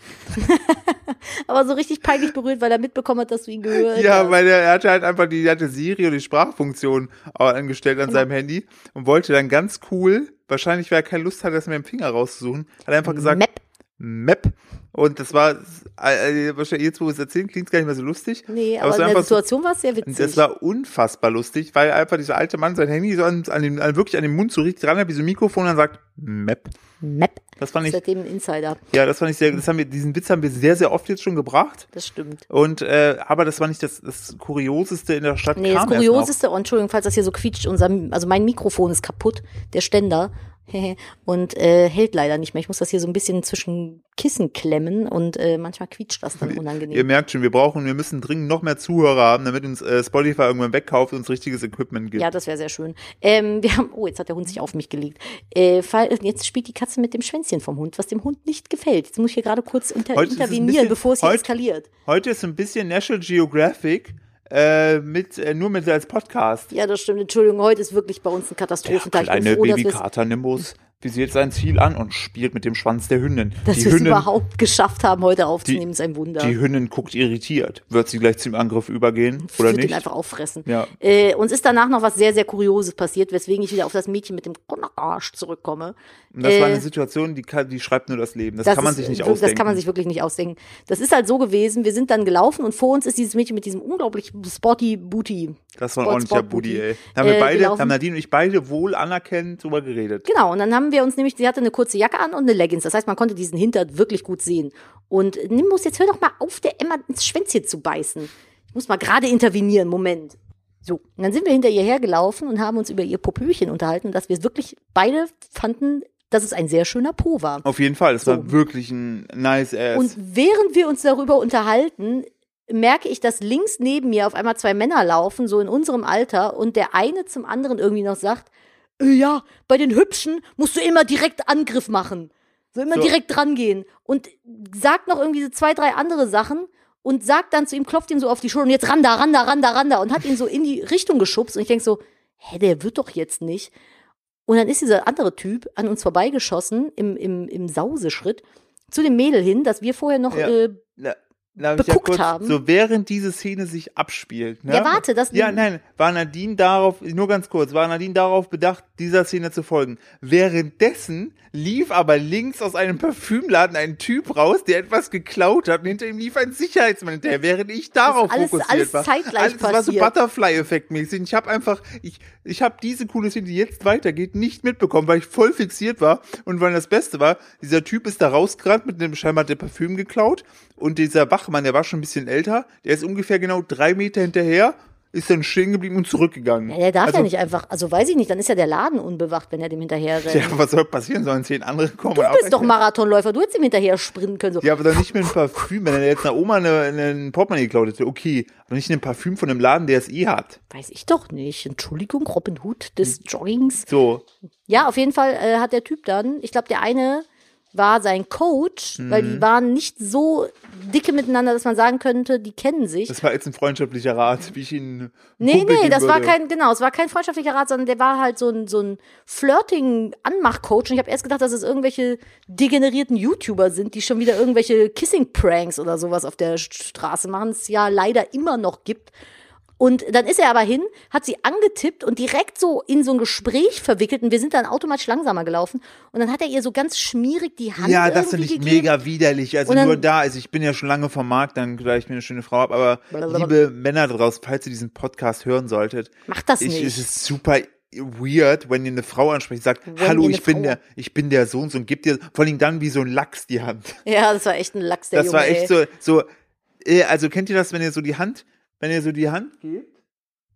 B: Aber so richtig peinlich berührt, weil er mitbekommen hat, dass du ihn gehört
A: Ja,
B: hast.
A: weil er, er hatte halt einfach die, er hatte Siri und die Sprachfunktion au- angestellt an
B: Genau.
A: seinem Handy und wollte dann ganz cool, wahrscheinlich weil er keine Lust hatte, das mit dem Finger rauszusuchen, hat er einfach gesagt,
B: Map.
A: Map. Und das war, äh, äh, wahrscheinlich jetzt, wo wir es erzählen, klingt es gar nicht mehr so lustig.
B: Nee,
A: es
B: aber
A: war
B: in der
A: einfach so-
B: Situation war es sehr witzig.
A: und das war unfassbar lustig, weil einfach dieser alte Mann sein Handy so an, an, den, an wirklich an den Mund so richtig dran hat, wie so ein Mikrofon, und dann sagt, Map.
B: Map.
A: Das fand ich,
B: Seitdem ein Insider.
A: ja, das fand ich sehr, das haben wir, diesen Witz haben wir sehr, sehr oft jetzt schon gebracht.
B: Das stimmt.
A: Und äh, aber das war nicht das, das Kurioseste in der Stadt.
B: Nee, das
A: kam erst noch.
B: Kurioseste, oh, Entschuldigung, falls das hier so quietscht, unser, also mein Mikrofon ist kaputt, der Ständer, und äh, hält leider nicht mehr. Ich muss das hier so ein bisschen zwischen Kissen klemmen und äh, manchmal quietscht das dann
A: Ihr
B: unangenehm.
A: merkt schon, wir brauchen, wir müssen dringend noch mehr Zuhörer haben, damit uns äh, Spotify irgendwann wegkauft und uns richtiges Equipment gibt.
B: Ja, das wäre sehr schön. Ähm, wir haben, oh, jetzt hat der Hund sich auf mich gelegt. Äh, fall- jetzt spielt die Katze mit dem Schwänzchen vom Hund, was dem Hund nicht gefällt. Jetzt muss ich hier gerade kurz unter,
A: Heute ist es ein
B: intervenieren,
A: bisschen-
B: bevor es hier
A: heute-
B: eskaliert.
A: Heute ist so ein bisschen National Geographic äh, mit äh, nur mit als Podcast.
B: Ja, das stimmt. Entschuldigung, heute ist wirklich bei uns ein Katastrophentag. ich bin froh, dass wir es
A: Nimbus visiert sein Ziel an und spielt mit dem Schwanz der Hündin.
B: dass wir es überhaupt geschafft haben, heute aufzunehmen, ist ein Wunder.
A: Hündin guckt irritiert. Wird sie gleich zum Angriff übergehen
B: Ich würd den einfach auffressen.
A: Ja.
B: Äh, uns ist danach noch was sehr, sehr Kurioses passiert, weswegen ich wieder auf das Mädchen mit dem Arsch zurückkomme.
A: Und das war
B: äh,
A: eine Situation, die, kann, die schreibt nur das Leben. Das,
B: Das
A: kann man
B: ist,
A: sich nicht
B: äh,
A: ausdenken.
B: Das kann man sich wirklich nicht ausdenken. Das ist halt so gewesen, wir sind dann gelaufen und vor uns ist dieses Mädchen mit diesem unglaublich spotty Booty.
A: Das war ein
B: Spot-
A: ordentlicher
B: Spot-
A: Buddy,
B: Booty,
A: ey. Da haben wir
B: äh,
A: beide, da
B: gelaufen.
A: haben Nadine und ich beide wohl anerkennend drüber geredet.
B: Genau, und dann haben wir uns nämlich, sie hatte eine kurze Jacke an und eine Leggings. Das heißt, man konnte diesen Hintern wirklich gut sehen. Und Nimbus, jetzt hör doch mal auf, der Emma ins Schwänzchen zu beißen. Ich muss mal gerade intervenieren, Moment. So, und dann sind wir hinter ihr hergelaufen und haben uns über ihr Popöchen unterhalten, dass wir wirklich beide fanden, dass es ein sehr schöner Po war.
A: Auf jeden Fall, das war
B: So.
A: wirklich ein nice Ass.
B: Und während wir uns darüber unterhalten, merke ich, dass links neben mir auf einmal zwei Männer laufen, so in unserem Alter, und der eine zum anderen irgendwie noch sagt, "Äh, ja, bei den Hübschen musst du immer direkt Angriff machen. So immer
A: So.
B: direkt drangehen. Und sagt noch irgendwie so zwei, drei andere Sachen und sagt dann zu ihm, klopft ihm so auf die Schulter und jetzt ran da, ran da, ran da, ran da und hat ihn so in die Richtung geschubst. Und ich denke so, hä, der wird doch jetzt nicht. Und dann ist dieser andere Typ an uns vorbeigeschossen im, im, im Sauseschritt zu dem Mädel hin, das wir vorher noch.
A: Ja.
B: Äh,
A: Na- na, hab ich ja
B: beguckt
A: kurz-
B: haben.
A: So während diese Szene sich abspielt. Ne?
B: Ja, warte, das-
A: Ja, nein, war Nadine darauf, nur ganz kurz, war Nadine darauf bedacht, dieser Szene zu folgen. Währenddessen lief aber links aus einem Parfümladen ein Typ raus, der etwas geklaut hat und hinter ihm lief ein Sicherheitsmann hinterher, während ich darauf
B: alles-
A: fokussiert
B: alles
A: war.
B: zeitgleich
A: alles war so
B: passiert.
A: Butterfly-Effekt-mäßig. Ich habe einfach, ich, ich habe diese coole Szene, die jetzt weitergeht, nicht mitbekommen, weil ich voll fixiert war und weil das Beste war, dieser Typ ist da rausgerannt mit einem scheinbar hat der Parfüm geklaut und dieser Wachmann, der war schon ein bisschen älter, der ist ungefähr genau drei Meter hinterher, ist dann stehen geblieben und zurückgegangen.
B: Ja, der darf
A: also,
B: ja nicht einfach, also weiß ich nicht, dann ist ja der Laden unbewacht, wenn er dem hinterher rennt.
A: Ja, was soll passieren? Sollen zehn andere kommen?
B: du bist doch Marathonläufer, du hättest ihm hinterher sprinten können. So.
A: Ja, aber doch nicht mit einem Parfüm, wenn er jetzt einer Oma eine, einen Portemonnaie geklaut hätte. Okay, aber nicht ein Parfüm von einem Laden, der es eh hat.
B: Weiß ich doch nicht. Entschuldigung, Robin Hood
A: Hm.
B: des Joggings.
A: So,
B: Ja, auf jeden Fall äh, hat der Typ dann, ich glaube, der eine war sein Coach, weil die waren nicht so dicke miteinander, dass man sagen könnte, die kennen sich.
A: das war jetzt ein freundschaftlicher Rat, wie ich ihn.
B: nee,
A: Kumpel
B: nee,
A: geben
B: das war
A: würde.
B: kein, genau, es war kein freundschaftlicher Rat, sondern der war halt so ein, so ein Flirting-Anmach-Coach. Und ich habe erst gedacht, dass es irgendwelche degenerierten YouTuber sind, die schon wieder irgendwelche Kissing-Pranks oder sowas auf der Sch- Straße machen, es ja leider immer noch gibt. Und dann ist er aber hin, hat sie angetippt und direkt so in so ein Gespräch verwickelt und wir sind dann automatisch langsamer gelaufen. Und dann hat er ihr so ganz schmierig die Hand
A: Ja, das finde
B: irgendwie
A: ich
B: gegeben.
A: mega widerlich. Also
B: Und dann-
A: nur da, also ich bin ja schon lange vom Markt, dann gleich mir eine schöne Frau ab, aber
B: Blablabla.
A: liebe Männer draus, falls ihr diesen Podcast hören solltet,
B: Macht das
A: ich,
B: nicht.
A: es ist super weird, wenn ihr eine Frau anspricht, sagt, hallo,
B: ihr
A: ich
B: eine
A: bin
B: Frau-
A: der, ich bin der Sohn und gibt dir vor allem dann wie so ein Lachs die Hand.
B: Ja, das war echt ein Lachs, der
A: das
B: Junge.
A: war echt
B: ey.
A: so, so, äh, also kennt ihr das, wenn ihr so die Hand, wenn ihr so die Hand gebt?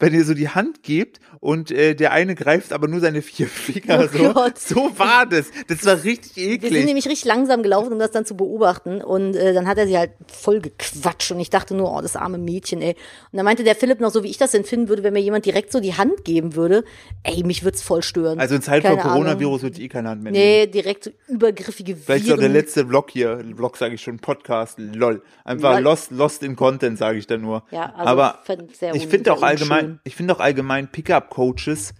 A: Wenn ihr so die Hand gebt und äh, der eine greift aber nur seine vier Finger
B: Oh
A: so.
B: Gott.
A: So war das. Das war richtig
B: Wir sind
A: eklig.
B: nämlich richtig langsam gelaufen, um das dann zu beobachten. Und äh, dann hat er sie halt voll gequatscht. Und ich dachte nur, oh, das arme Mädchen, ey. Und dann meinte der Philipp noch, so wie ich das empfinden würde, wenn mir jemand direkt so die Hand geben würde, ey, mich würde es voll stören.
A: Also in Zeit
B: Keine
A: von
B: Ahnung.
A: Coronavirus wird eh keine Hand mehr nehmen.
B: Nee, direkt so übergriffige
A: Vielleicht ist auch der
B: Viren.
A: letzte Vlog hier, Vlog sage ich schon, Podcast, lol. Einfach
B: Lol.
A: lost, lost in Content, sage ich da nur.
B: Ja, also
A: Aber
B: fand sehr
A: ich
B: un-
A: finde auch
B: sehr
A: allgemein,
B: unschön.
A: ich finde auch allgemein Pickup-Coaches,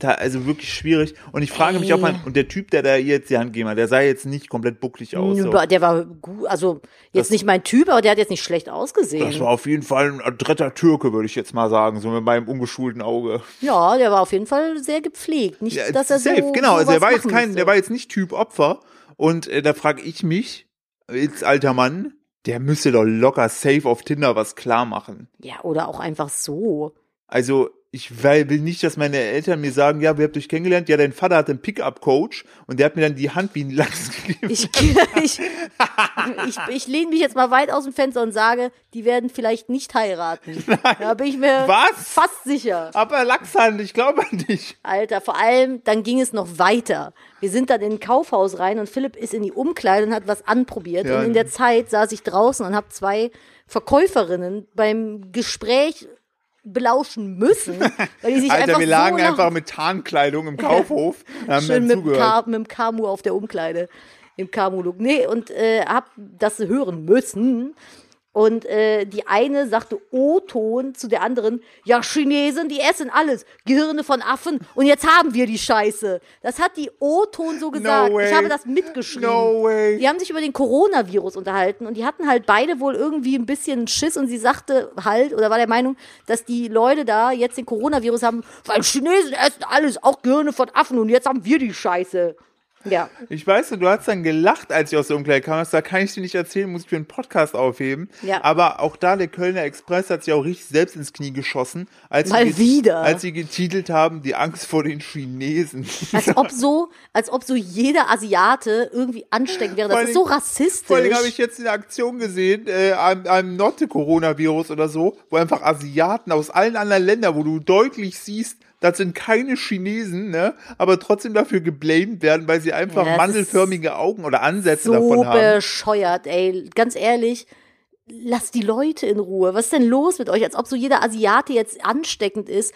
A: da, also wirklich schwierig. Und ich frage mich, ob man, und der Typ, der da ihr jetzt die Hand gegeben hat, der sah jetzt nicht komplett bucklig aus. So.
B: Der war gut, also jetzt
A: Das-
B: nicht mein Typ, aber der hat jetzt nicht schlecht ausgesehen.
A: Das war auf jeden Fall ein adretter Türke, würde ich jetzt mal sagen, so mit meinem ungeschulten Auge.
B: ja, der war auf jeden Fall sehr gepflegt. Nicht,
A: Ja,
B: dass er
A: safe,
B: so
A: genau. Also er
B: sowas
A: war jetzt
B: machen
A: kein,
B: müsste.
A: der war jetzt nicht Typ Opfer. Und äh, da frage ich mich, als alter Mann, der müsste doch locker safe auf Tinder was klar machen.
B: ja, oder auch einfach so.
A: Also ich will will nicht, dass meine Eltern mir sagen, ja, wir habt euch kennengelernt, ja, dein Vater hat einen Pickup-Coach und der hat mir dann die Hand wie ein Lachs gegeben.
B: Ich, ich, ich, ich lehne mich jetzt mal weit aus dem Fenster und sage, die werden vielleicht nicht heiraten. Da bin ich mir
A: Was?
B: fast sicher.
A: Aber Lachshand, ich glaube an dich.
B: Alter, vor allem, dann ging es noch weiter. Wir sind dann in ein Kaufhaus rein und Philipp ist in die Umkleide und hat was anprobiert.
A: Ja.
B: Und in der Zeit saß ich draußen und habe zwei Verkäuferinnen beim Gespräch belauschen müssen, weil die sich
A: Alter,
B: einfach
A: wir
B: so
A: lagen
B: nach
A: einfach mit Tarnkleidung im Kaufhof und haben
B: Schön
A: dann
B: mit, dem
A: zugehört.
B: Ka- mit dem Kamu auf der Umkleide. Im Kamu-Look. Nee, und äh, hab das hören müssen. Und äh, die eine sagte O-Ton zu der anderen, ja, Chinesen, die essen alles, Gehirne von Affen und jetzt haben wir die Scheiße. Das hat die O-Ton so gesagt.
A: way.
B: ich habe das mitgeschrieben.
A: No way.
B: Hm. Die haben sich über den Coronavirus unterhalten und die hatten halt beide wohl irgendwie ein bisschen Schiss und sie sagte halt oder war der Meinung, dass die Leute da jetzt den Coronavirus haben, weil Chinesen essen alles, auch Gehirne von Affen und jetzt haben wir die Scheiße. Ja,
A: Ich weiß, du hast dann gelacht, als ich aus der Umkleide kam. Da kann ich dir nicht erzählen, muss ich für einen Podcast aufheben.
B: Ja.
A: Aber auch da, der Kölner Express hat sich auch richtig selbst ins Knie geschossen. Als
B: Mal
A: sie get-
B: wieder.
A: Als sie getitelt haben, die Angst vor den Chinesen.
B: als ob so, als ob so jeder Asiate irgendwie ansteckend wäre.
A: Vor
B: Das
A: allen
B: ist so
A: Dingen- Vor allem habe
B: rassistisch.
A: ich jetzt eine Aktion gesehen, äh, am, am Notte-Coronavirus oder so, wo einfach Asiaten aus allen anderen Ländern, wo du deutlich siehst, das sind keine Chinesen, ne? Aber trotzdem dafür geblamed werden, weil sie einfach
B: Ja, das
A: mandelförmige Augen oder Ansätze
B: So
A: davon haben.
B: bescheuert, ey. Ganz ehrlich, lasst die Leute in Ruhe. Was ist denn los mit euch? Als ob so jeder Asiate jetzt ansteckend ist.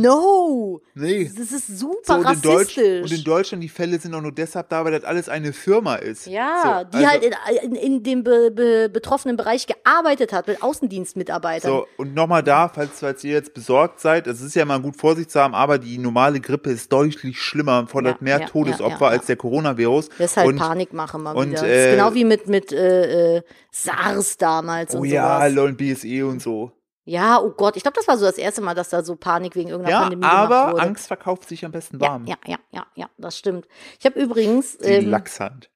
B: No!
A: Nee.
B: Das ist super
A: So, und, in Deutsch,
B: rassistisch.
A: und in Deutschland, die Fälle sind auch nur deshalb da, weil das alles eine Firma ist.
B: ja,
A: so,
B: die
A: also,
B: halt in, in, in dem be, be, betroffenen Bereich gearbeitet hat, mit Außendienstmitarbeitern.
A: So, und nochmal da, falls, falls ihr jetzt besorgt seid, es ist ja mal gut, Vorsicht zu haben, aber die normale Grippe ist deutlich schlimmer und fordert
B: Ja,
A: mehr
B: ja,
A: Todesopfer
B: ja, ja, ja.
A: als der Coronavirus.
B: Das ist halt
A: und,
B: Panikmache mal
A: und,
B: wieder. Das ist
A: äh,
B: genau wie mit, mit äh, äh, SARS damals
A: Oh
B: und
A: ja,
B: sowas.
A: LOL E und BSE und so.
B: Ja, oh Gott, ich glaube, das war so das erste Mal, dass da so Panik wegen irgendeiner
A: Ja,
B: Pandemie gemacht
A: aber
B: wurde.
A: Angst verkauft sich am besten
B: ja,
A: warm.
B: ja, ja, ja, ja, das stimmt. Ich habe übrigens
A: Die
B: ähm,
A: Lachshand.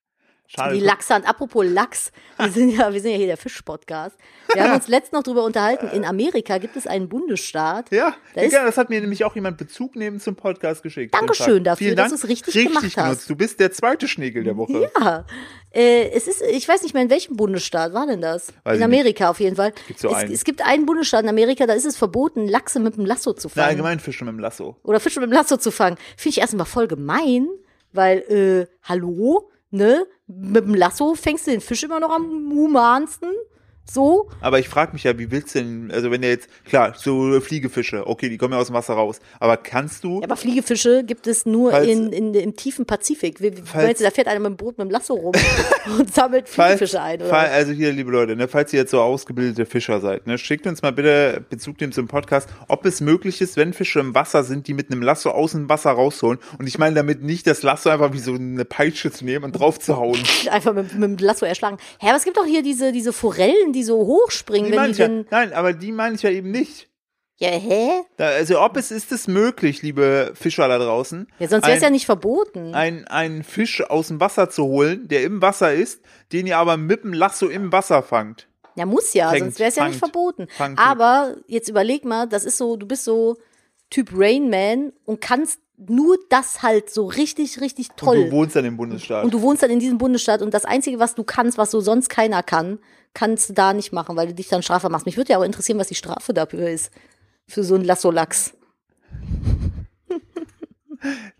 A: Schade.
B: die
A: guck-
B: Lachshand. Apropos Lachs, wir sind ja, wir sind ja hier der Fisch-Podcast. Wir haben uns letztens noch drüber unterhalten. In Amerika gibt es einen Bundesstaat.
A: Ja,
B: Da
A: egal, das
B: ist-
A: hat mir nämlich auch jemand Bezug nehmen zum Podcast geschickt.
B: Dankeschön
A: Den Fakt.
B: dafür,
A: Vielen
B: dass
A: Dank.
B: du es richtig gemacht hast.
A: genutzt. Du bist der zweite Schneegel der Woche.
B: Ja, äh, es ist, ich weiß nicht mehr, in welchem Bundesstaat war denn das?
A: Weiß ich
B: in
A: nicht.
B: Amerika auf jeden Fall.
A: Gibt's so
B: es,
A: einen.
B: es gibt einen Bundesstaat in Amerika, da ist es verboten, Lachse mit dem Lasso zu
A: Na,
B: fangen.
A: allgemein Fische mit dem Lasso.
B: oder Fische mit dem Lasso zu fangen. Finde ich erstmal voll gemein, weil, äh, hallo, ne? Mit dem Lasso fängst du den Fisch immer noch am humansten. So,
A: Aber ich frage mich ja, wie willst du denn, also wenn der jetzt, klar, so Fliegefische, okay, die kommen ja aus dem Wasser raus, aber kannst du,
B: Ja, aber Fliegefische gibt es nur
A: Falls-
B: in, in, im tiefen Pazifik. Wie, wie-
A: Falls-
B: meinst du, da fährt einer mit dem Boot mit dem Lasso rum und sammelt
A: falls,
B: Fliegefische ein. Oder?
A: fall, also hier, liebe Leute, ne, falls ihr jetzt so ausgebildete Fischer seid, ne, schickt uns mal bitte Bezug nehmen zum Podcast, ob es möglich ist, wenn Fische im Wasser sind, die mit einem Lasso aus dem Wasser rausholen. Und ich meine damit nicht das Lasso einfach wie so eine Peitsche zu nehmen und drauf zu hauen.
B: Einfach mit, mit dem Lasso erschlagen. Hä, aber es gibt doch hier diese, diese Forellen, die so hochspringen,
A: Die
B: wenn
A: meine
B: die
A: ich ja,
B: den.
A: nein, aber die meine ich ja eben nicht.
B: Ja, hä?
A: Da, also ob es ist es möglich, liebe Fischer da draußen,
B: Ja, sonst wäre es ja
A: ein-
B: nicht verboten.
A: einen, einen Fisch aus dem Wasser zu holen, der im Wasser ist, den ihr aber mit dem Lasso im Wasser fangt.
B: Ja, muss ja,
A: Fängt,
B: sonst wäre es ja nicht
A: fangt,
B: verboten.
A: fangt.
B: Aber jetzt überleg mal, das ist so, du bist so Typ Rain Man und kannst nur das halt so richtig, richtig toll.
A: Und du wohnst halt. dann im Bundesstaat.
B: Und du wohnst dann in diesem Bundesstaat und das Einzige, was du kannst, was so sonst keiner kann, kannst du da nicht machen, weil du dich dann strafbar machst. Mich würde ja aber interessieren, was die Strafe dafür ist. Für so einen Lasso-Lachs.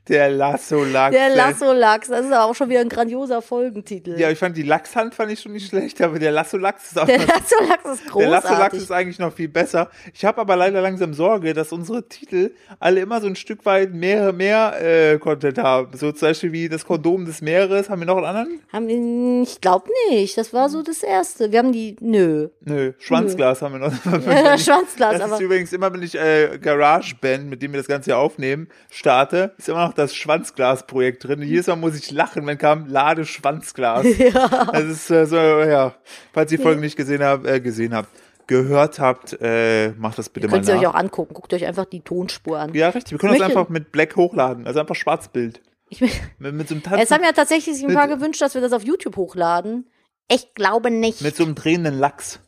A: der Lasso-Lachs.
B: Der
A: ey.
B: Lasso-Lachs, das ist aber auch schon wieder ein grandioser Folgentitel.
A: Ja, ich fand die Lachshand fand ich schon nicht schlecht, aber der Lasso-Lachs ist auch
B: der
A: noch,
B: Lasso-Lachs ist
A: der Lasso-Lachs
B: großartig.
A: ist eigentlich noch viel besser. Ich habe aber leider langsam Sorge, dass unsere Titel alle immer so ein Stück weit mehr, mehr äh, Content haben. So zum Beispiel wie das Kondom des Meeres. Haben wir noch einen anderen?
B: Haben wir- Ich glaube nicht, das war so das Erste. Wir haben die, nö,
A: Nö, Schwanzglas haben wir noch.
B: Ja, Schwanzglas,
A: Das
B: aber
A: ist übrigens immer, wenn ich äh, GarageBand, mit dem wir das Ganze hier aufnehmen, starte, ist immer noch das Schwanzglas-Projekt drin. Und jedes Mal muss ich lachen, wenn kam Lade Schwanzglas.
B: Ja.
A: Das ist äh, so, ja. Falls ihr die Folge nicht gesehen habt, äh, gesehen habt, gehört habt, äh, macht das bitte mal
B: könnt ihr euch
A: nach.
B: auch angucken. Guckt euch einfach die Tonspur an.
A: Ja, richtig. Wir können das
B: Michel-
A: einfach mit Black hochladen. Also einfach Schwarzbild.
B: Ich bin,
A: Mit, mit so einem
B: es
A: Tanzen,
B: haben ja tatsächlich sich ein paar
A: Bitte.
B: gewünscht, dass wir das auf YouTube hochladen. Ich glaube nicht.
A: mit so einem drehenden Lachs.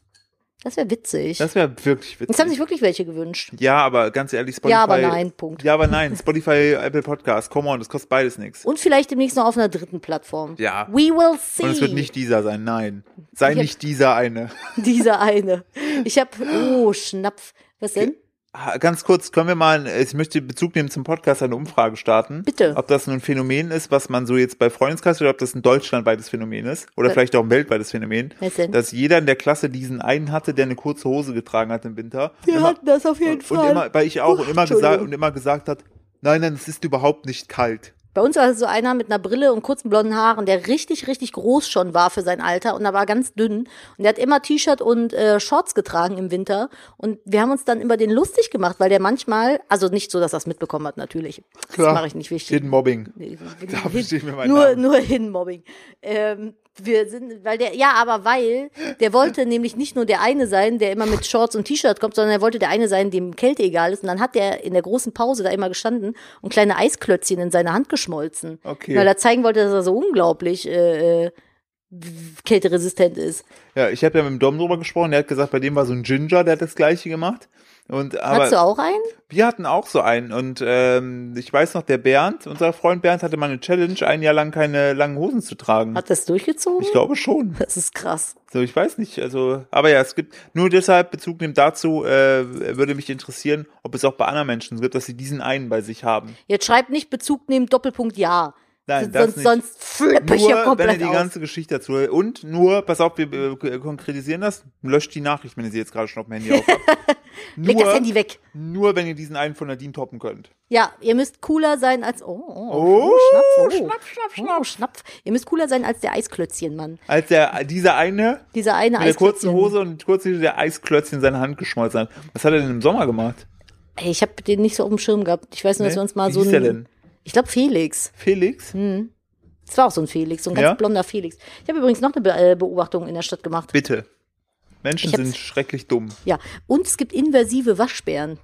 B: das wäre witzig.
A: Das wäre wirklich
B: es haben
A: witzig.
B: sich wirklich welche gewünscht.
A: Ja, aber ganz ehrlich, Spotify.
B: Ja, aber nein, Punkt.
A: Ja, aber nein. Spotify, Apple Podcast, come on, das kostet beides nichts.
B: Und vielleicht demnächst noch auf einer dritten Plattform.
A: Ja.
B: We will see.
A: Und es wird nicht dieser sein, nein. Sei
B: Ich hab-
A: nicht dieser eine.
B: dieser eine. Ich habe, oh, Schnapf. Was denn?
A: Ah, Ganz kurz, können wir mal, ich möchte Bezug nehmen zum Podcast, eine Umfrage starten.
B: Bitte.
A: Ob das nun ein Phänomen ist, was man so jetzt bei Freundeskreis oder ob das ein deutschlandweites Phänomen ist oder
B: Ä-
A: vielleicht auch ein weltweites Phänomen,
B: Was denn?
A: dass jeder in der Klasse diesen einen hatte, der eine kurze Hose getragen hat im Winter.
B: Wir
A: Immer-
B: hatten das auf jeden
A: und,
B: Fall.
A: und immer, bei ich auch,
B: Uch,
A: und, immer gesagt,
B: Entschuldigung.
A: und immer gesagt hat, nein, nein, es ist überhaupt nicht kalt.
B: Bei uns war so einer mit einer Brille und kurzen blonden Haaren, der richtig, richtig groß schon war für sein Alter und er war ganz dünn. Und der hat immer T-Shirt und äh, Shorts getragen im Winter. Und wir haben uns dann über den lustig gemacht, weil der manchmal, also nicht so, dass er es mitbekommen hat, natürlich.
A: Klar.
B: Das mache ich nicht wichtig.
A: Jeden Mobbing.
B: Nee,
A: Da verstehe ich mir meinen
B: nur,
A: Namen.
B: nur Hinmobbing. Ähm, wir sind, weil der, ja, aber weil, der wollte nämlich nicht nur der eine sein, der immer mit Shorts und T-Shirt kommt, sondern er wollte der eine sein, dem Kälte egal ist. Und dann hat der in der großen Pause da immer gestanden und kleine Eisklötzchen in seine Hand geschmolzen.
A: Okay.
B: Weil er zeigen wollte, dass er so unglaublich äh, äh, kälteresistent ist.
A: Ja, ich habe ja mit dem Dom drüber gesprochen, der hat gesagt, bei dem war so ein Ginger, der hat das gleiche gemacht. Und, aber,
B: Hast du auch einen?
A: Wir hatten auch so einen und ähm, ich weiß noch, der Bernd, unser Freund Bernd, hatte mal eine Challenge, ein Jahr lang keine langen Hosen zu tragen.
B: Hat das durchgezogen?
A: Ich glaube schon.
B: Das ist krass.
A: So, ich weiß nicht. Also, aber ja, es gibt nur deshalb Bezug nimmt dazu, äh, würde mich interessieren, ob es auch bei anderen Menschen gibt, dass sie diesen einen bei sich haben.
B: Jetzt schreibt nicht Bezug nehmen, Doppelpunkt ja.
A: Nein, das
B: sonst,
A: nicht.
B: sonst flippe ich
A: Nur, wenn
B: hier
A: ihr
B: Äh, komplett
A: die
B: aus.
A: ganze Geschichte dazu und nur, pass auf, wir äh, konkretisieren das, löscht die Nachricht, wenn ihr sie jetzt gerade schon auf dem Handy auf habt.
B: Leg das
A: Nur,
B: Handy weg.
A: nur, wenn ihr diesen einen von Nadine toppen könnt.
B: Ja, ihr müsst cooler sein als. Oh, oh,
A: Oh,
B: Schnapf,
A: Schnapp, Schnapp,
B: Oh, Schnapf. Ihr müsst cooler sein als der Eisklötzchenmann.
A: Als der, dieser eine
B: Dieser eine
A: Mit der kurzen
B: Eisklötzchen.
A: Hose und kurz der Eisklötzchen in seine Hand geschmolzen hat. Was hat er denn im Sommer gemacht?
B: Ey, ich habe den nicht so auf dem Schirm gehabt. Ich weiß nur, dass
A: Nee?
B: wir uns mal
A: Wie
B: so.
A: hieß der
B: ein-
A: denn?
B: Ich glaube Felix.
A: Felix?
B: Hm. Es war auch so ein Felix, so ein ganz
A: Ja?
B: blonder Felix. Ich habe übrigens noch eine Be äh, Beobachtung in der Stadt gemacht.
A: Bitte. Menschen
B: Ich hab's-
A: sind schrecklich dumm.
B: Ja, und es gibt inversive Waschbären.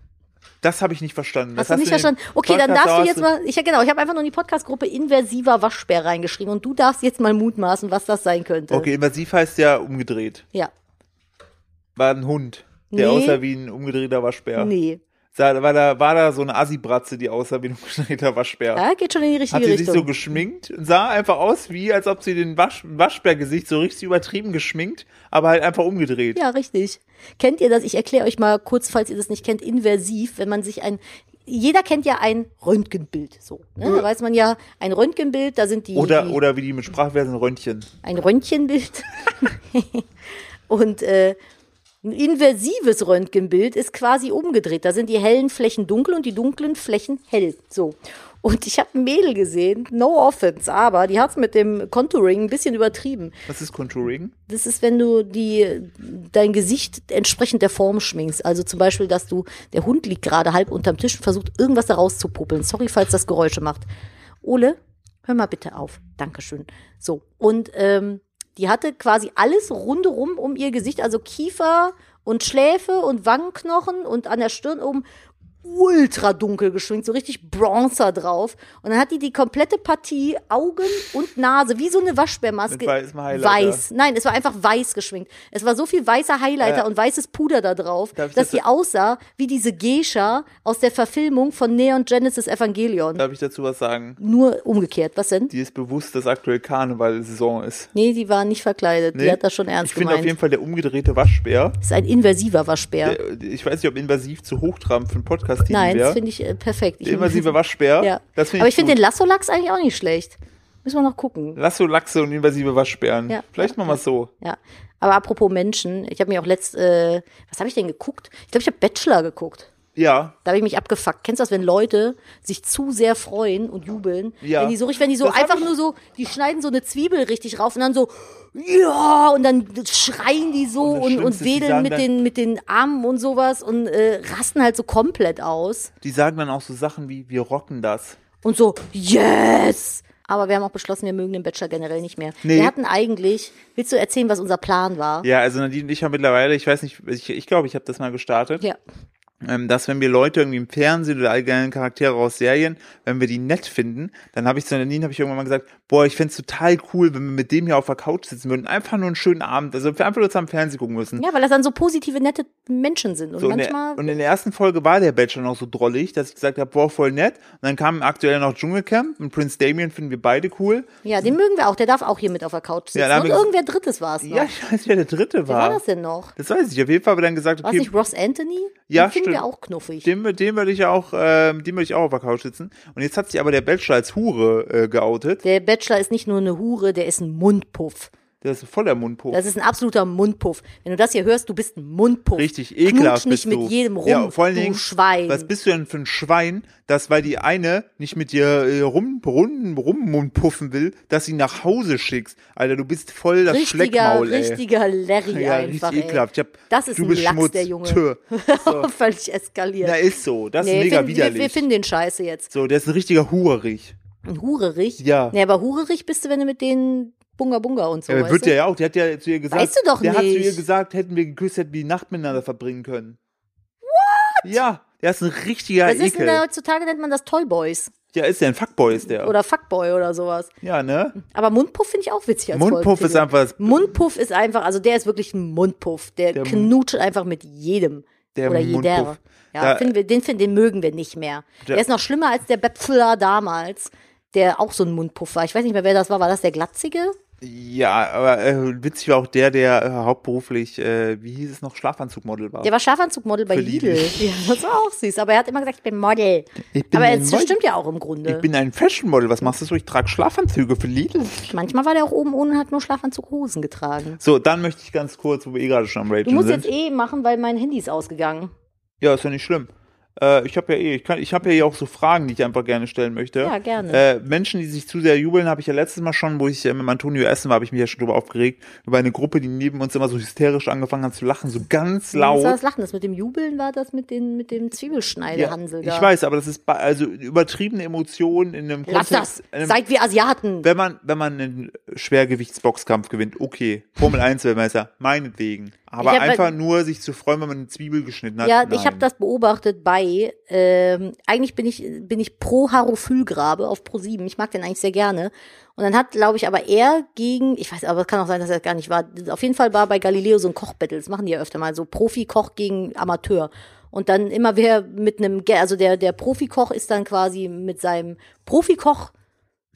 A: Das habe ich nicht verstanden.
B: Hast
A: das
B: du
A: in
B: nicht
A: dem
B: verstanden? Okay, dann
A: Podcast
B: darfst du
A: hast
B: jetzt mal, ich, ja genau, ich habe einfach nur in die Podcast-Gruppe inversiver Waschbär reingeschrieben und du darfst jetzt mal mutmaßen, was das sein könnte.
A: Okay, invasiv heißt ja umgedreht.
B: Ja,
A: War ein Hund, der
B: Nee.
A: aussah wie ein umgedrehter Waschbär.
B: nee.
A: Sah, war, da, war da so eine Assi-Bratze, die aussah wie ein umgedrehter Waschbär.
B: Ja, geht schon in die
A: Hat
B: richtige
A: sie sich
B: Richtung.
A: so geschminkt, sah einfach aus wie, als ob sie den Wasch Waschbärgesicht so richtig übertrieben geschminkt, aber halt einfach umgedreht.
B: Ja, richtig. Kennt ihr das? Ich erkläre euch mal kurz, falls ihr das nicht kennt, inversiv, wenn man sich ein jeder kennt ja ein Röntgenbild so, ne? Da
A: Ja.
B: weiß man ja, ein Röntgenbild, da sind die,
A: Oder,
B: die
A: oder wie die mit Sprachversen Röntchen.
B: ein Röntgenbild. und äh, ein inversives Röntgenbild ist quasi umgedreht. Da sind die hellen Flächen dunkel und die dunklen Flächen hell. So. Und ich habe ein Mädel gesehen, no offense, aber die hat's mit dem Contouring ein bisschen übertrieben.
A: Was ist Contouring?
B: Das ist, wenn du die, dein Gesicht entsprechend der Form schminkst. Also zum Beispiel, dass du, der Hund liegt gerade halb unterm Tisch und versucht, irgendwas da rauszupopeln. Sorry, falls das Geräusche macht. Ole, hör mal bitte auf. Dankeschön. So. Und ähm, die hatte quasi alles rundherum um ihr Gesicht, also Kiefer und Schläfe und Wangenknochen und an der Stirn oben ultra dunkel geschminkt, so richtig Bronzer drauf. Und dann hat die die komplette Partie Augen und Nase, wie so eine Waschbärmaske.
A: Mit weißem Highlighter.
B: Weiß. Nein, es war einfach weiß geschminkt. Es war so viel weißer Highlighter
A: Ja.
B: und weißes Puder da drauf,
A: Darf ich
B: dass
A: das-
B: sie aussah wie diese Geisha aus der Verfilmung von Neon Genesis Evangelion.
A: Darf ich dazu was sagen?
B: Nur umgekehrt. Was denn?
A: Die ist bewusst, dass aktuell Karneval-Saison ist.
B: Nee, die war nicht verkleidet. Die
A: Nee?
B: hat das schon
A: Ich
B: ernst
A: finde auf
B: gemeint.
A: jeden Fall der umgedrehte Waschbär.
B: Das ist ein inversiver Waschbär.
A: der- Ich weiß nicht, ob invasiv zu hochtrabend für ein Podcast-Team
B: Nein, das
A: wäre.
B: finde ich äh, perfekt. Ich
A: Der invasive Waschbär.
B: ja.
A: Das find
B: Aber ich finde
A: gut.
B: den Lassolachs eigentlich auch nicht schlecht. Müssen wir noch gucken.
A: Lasso, Lachse und invasive Waschbären.
B: Ja.
A: Vielleicht machen wir es so.
B: Ja, aber apropos Menschen, ich habe mir auch letzt, äh, was habe ich denn geguckt? Ich glaube, ich habe Bachelor geguckt.
A: Ja.
B: Da habe ich mich abgefuckt. Kennst du das, wenn Leute sich zu sehr freuen und jubeln?
A: Ja.
B: Wenn die so richtig, wenn die so
A: Das hab
B: einfach
A: ich-
B: nur so, die schneiden so eine Zwiebel richtig rauf und dann so, ja, und dann schreien die so
A: Und das
B: und, und,
A: Schlimmste ist, die
B: wedeln
A: sagen
B: mit
A: dann-
B: den, mit den Armen und sowas und äh, rasten halt so komplett aus.
A: Die sagen dann auch so Sachen wie, wir rocken das.
B: Und so, yes! Aber wir haben auch beschlossen, wir mögen den Bachelor generell nicht mehr.
A: Nee.
B: Wir hatten eigentlich, willst du erzählen, was unser Plan war?
A: Ja, also Nadine und ich haben mittlerweile, ich weiß nicht, ich glaube, ich, glaube, ich habe das mal gestartet,
B: ja.
A: ähm, dass wenn wir Leute irgendwie im Fernsehen oder allgemeinen Charaktere aus Serien, wenn wir die nett finden, dann habe ich zu Nadine habe ich irgendwann mal gesagt, boah, ich find's total cool, wenn wir mit dem hier auf der Couch sitzen würden, einfach nur einen schönen Abend, also wenn wir einfach nur zusammen Fernsehen gucken müssen.
B: Ja, weil das dann so positive, nette Menschen sind. Und
A: So,
B: manchmal.
A: in der, und in der ersten Folge war der Bachelor noch so drollig, dass ich gesagt habe, boah, voll nett. Und dann kam aktuell noch Dschungelcamp und Prince Damien finden wir beide cool.
B: ja, den mögen wir auch. Der darf auch hier mit auf der Couch sitzen.
A: Ja, da haben
B: und
A: wir-
B: irgendwer Drittes war es noch.
A: Ja, ich weiß, wer der dritte
B: Wer
A: war.
B: war das denn noch?
A: Das weiß ich. Auf jeden Fall haben wir dann gesagt,
B: War
A: okay,
B: es nicht Ross Anthony?
A: Ja,
B: den finden wir
A: stimmt.
B: auch knuffig.
A: Dem, dem würde ich auch, ähm, dem würde ich auch auf der Couch sitzen. Und jetzt hat sich aber der Bachelor als Hure äh, geoutet.
B: der Bachelor ist nicht nur eine Hure, der ist ein Mundpuff.
A: Der ist ein voller Mundpo.
B: Das ist ein absoluter Mundpuff. Wenn du das hier hörst, du bist ein Mundpuff.
A: Richtig ekelhaft
B: Knutsch nicht
A: bist
B: mit
A: du.
B: jedem rum,
A: ja, vor allen
B: du
A: Dingen,
B: Schwein.
A: Was bist du denn für ein Schwein, dass weil die eine nicht mit dir äh, rum, rum, rummundpuffen will, dass sie nach Hause schickst. Alter, du bist voll das
B: richtiger,
A: Schleckmaul, ey.
B: richtiger Larry
A: ja,
B: einfach.
A: richtig ekelhaft. Ich
B: Ey.
A: hab,
B: Das ist
A: du
B: ein
A: bist
B: Lachs,
A: Schmutz.
B: der Junge.
A: Tö.
B: Völlig eskaliert.
A: Na, ist so. Das
B: Nee,
A: ist mega
B: finden- wir,
A: widerlich.
B: wir finden den Scheiße jetzt.
A: so, der ist ein richtiger Hurerich.
B: Ein Hurerich?
A: Ja.
B: Nee, aber Hurerich bist du, wenn du mit denen Bunga Bunga und so
A: Ja,
B: weißt
A: wird
B: du?
A: der ja auch, der hat ja zu ihr gesagt,
B: Weißt du doch
A: der hat zu
B: nicht.
A: ihr gesagt, hätten wir geküsst, hätten wir die Nacht miteinander verbringen können. What? Ja, der ist ein richtiger
B: Was ist denn
A: Ekel.
B: da, heutzutage nennt man das Toyboys
A: ja, ist der ein Fuckboy, ist der.
B: oder Fuckboy oder sowas.
A: ja, ne?
B: Aber Mundpuff finde ich auch witzig als
A: Mundpuff
B: Volkstitel.
A: ist einfach das-
B: Mundpuff ist einfach, also der ist wirklich ein Mundpuff. Der,
A: Der Mund-
B: knutscht einfach mit jedem.
A: Der
B: oder
A: Mundpuff.
B: jeder. Ja,
A: Da-
B: finden wir, den, finden, den mögen wir nicht mehr. Der,
A: Der-
B: ist noch schlimmer als der Bepfler damals, der auch so ein Mundpuff war. Ich weiß nicht mehr, wer das war. War das der Glatzige?
A: Ja, aber äh, witzig war auch der, der äh, hauptberuflich, äh, wie hieß es noch, Schlafanzugmodel war.
B: Der war Schlafanzugmodel bei
A: Für
B: Lidl.
A: Lidl.
B: Ja, das war auch süß. Aber er hat immer gesagt, ich bin Model.
A: Ich bin
B: aber
A: ein
B: es
A: Model.
B: stimmt ja auch im Grunde.
A: ich bin ein Fashionmodel, was machst du so? Ich trage Schlafanzüge für Lidl.
B: Manchmal war der auch oben ohne und hat nur Schlafanzughosen getragen.
A: So, dann möchte ich ganz kurz, wo wir eh gerade schon am
B: Du
A: Ragen
B: musst
A: sind.
B: jetzt eh machen, weil mein Handy ist ausgegangen.
A: Ja, ist ja nicht schlimm. Äh, ich habe ja eh, ich, kann- ich habe ja eh auch so Fragen, die ich einfach gerne stellen möchte.
B: Ja, gerne.
A: Äh, Menschen, die sich zu sehr jubeln, habe ich ja letztes Mal schon, wo ich äh, mit Antonio essen war, habe ich mich ja schon drüber aufgeregt, über eine Gruppe, die neben uns immer so hysterisch angefangen hat zu lachen, so ganz
B: Das war das
A: laut.
B: Lachen. Das mit dem Jubeln war das mit, den, mit dem
A: Ja,
B: Zwiebelschneidehansel. da.
A: ich weiß, aber das ist bei, also übertriebene Emotionen in einem
B: Lass das.
A: Kontext- in einem-
B: Seid wir Asiaten.
A: wenn man, wenn man einen Schwergewichtsboxkampf gewinnt, okay. Formel 1 Weltmeister, meinetwegen. Aber
B: Ich hab- halt-
A: einfach nur sich zu freuen, wenn man eine Zwiebel geschnitten hat.
B: Ja,
A: nein.
B: ich habe das beobachtet bei, ähm, eigentlich bin ich, bin ich pro Harophylgrabe auf Pro 7. Ich mag den eigentlich sehr gerne. Und dann hat, glaube ich, aber er gegen, ich weiß, aber es kann auch sein, dass er das gar nicht war. Auf jeden Fall war bei Galileo so ein Kochbattle. Das machen die ja öfter mal. So Profi-Koch gegen Amateur. Und dann immer wer mit einem, Ge- also der, der Profikoch ist dann quasi mit seinem Profikoch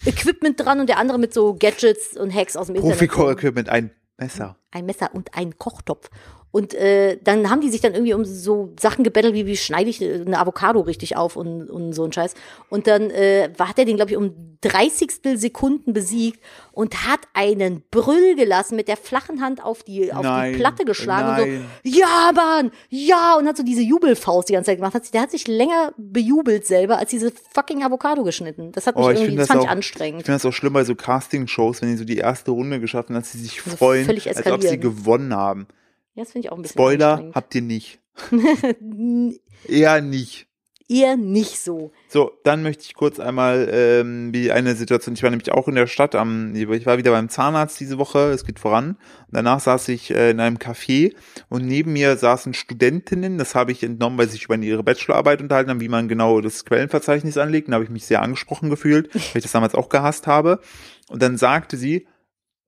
B: Equipment dran und der andere mit so Gadgets und Hacks aus dem Internet. Mhm.
A: Profi-Equipment, ein Messer.
B: ein Messer und ein Kochtopf. Und äh, dann haben die sich dann irgendwie um so Sachen gebettelt, wie wie schneide ich äh, eine Avocado richtig auf und, und so ein Scheiß. Und dann äh, hat er den, glaube ich, um 30 Sekunden besiegt und hat einen Brüll gelassen, mit der flachen Hand auf die, auf
A: Nein,
B: die Platte geschlagen
A: nein.
B: und so, ja, Mann, ja, und hat so diese Jubelfaust die ganze Zeit gemacht. Hat, sich- der hat sich länger bejubelt selber, als diese fucking Avocado geschnitten. Das hat mich
A: Oh, ich
B: irgendwie,
A: finde
B: das
A: das,
B: fand
A: auch-
B: ich anstrangend.
A: Ich finde das auch schlimm bei so Casting-Shows, wenn die so die erste Runde geschafft haben, dass sie sich
B: Also
A: freuen,
B: völlig
A: als ob sie
B: eskalieren.
A: gewonnen haben.
B: ja, das finde ich auch ein bisschen
A: Spoiler
B: anstrengend.
A: habt ihr nicht. Eher nicht.
B: Eher nicht so.
A: So, dann möchte ich kurz einmal ähm, wie eine Situation, ich war nämlich auch in der Stadt, am, ich war wieder beim Zahnarzt diese Woche, es geht voran. Danach saß ich äh, in einem Café und neben mir saßen Studentinnen, das habe ich entnommen, weil sie sich über ihre Bachelorarbeit unterhalten haben, wie man genau das Quellenverzeichnis anlegt. Da habe ich mich sehr angesprochen gefühlt, weil ich das damals auch gehasst habe. Und dann sagte sie,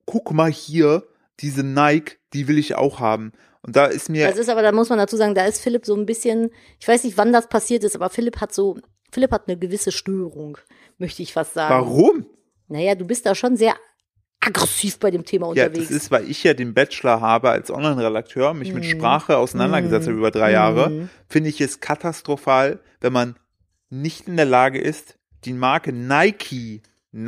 A: guck mal hier, diese Nike, die will ich auch haben. Und da ist mir
B: Das ist aber, da muss man dazu sagen, da ist Philipp so ein bisschen, ich weiß nicht, wann das passiert ist, aber Philipp hat so, Philipp hat eine gewisse Störung, möchte ich fast sagen.
A: Warum?
B: Naja, du bist da schon sehr aggressiv bei dem Thema
A: Ja,
B: unterwegs.
A: das ist, weil ich ja den Bachelor habe als Online-Redakteur, mich mit Sprache auseinandergesetzt habe über drei Jahre, finde ich es katastrophal, wenn man nicht in der Lage ist, die Marke Nike,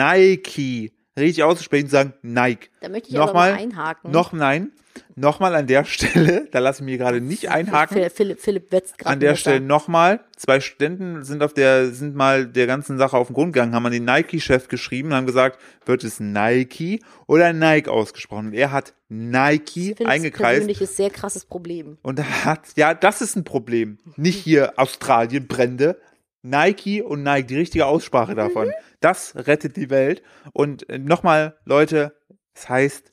A: Nike richtig auszusprechen und zu sagen Nike.
B: da möchte ich
A: Nochmal,
B: aber mal einhaken.
A: noch nein, nochmal an der Stelle, da lasse ich mich gerade nicht einhaken.
B: Philipp, Philipp, Philipp wetzt gerade
A: An der
B: Messer.
A: Stelle nochmal, zwei Studenten sind auf der, sind mal der ganzen Sache auf den Grund gegangen, haben an den Nike-Chef geschrieben und haben gesagt, wird es Nike oder Nike ausgesprochen? Und er hat Nike
B: Philipps
A: eingekreist
B: persönliches sehr krasses Problem.
A: und hat, ja, das ist ein Problem. Nicht hier Australien brände. Nike und Nike, die richtige
B: Mhm.
A: Aussprache davon. Das rettet die Welt. Und äh, nochmal, Leute, es heißt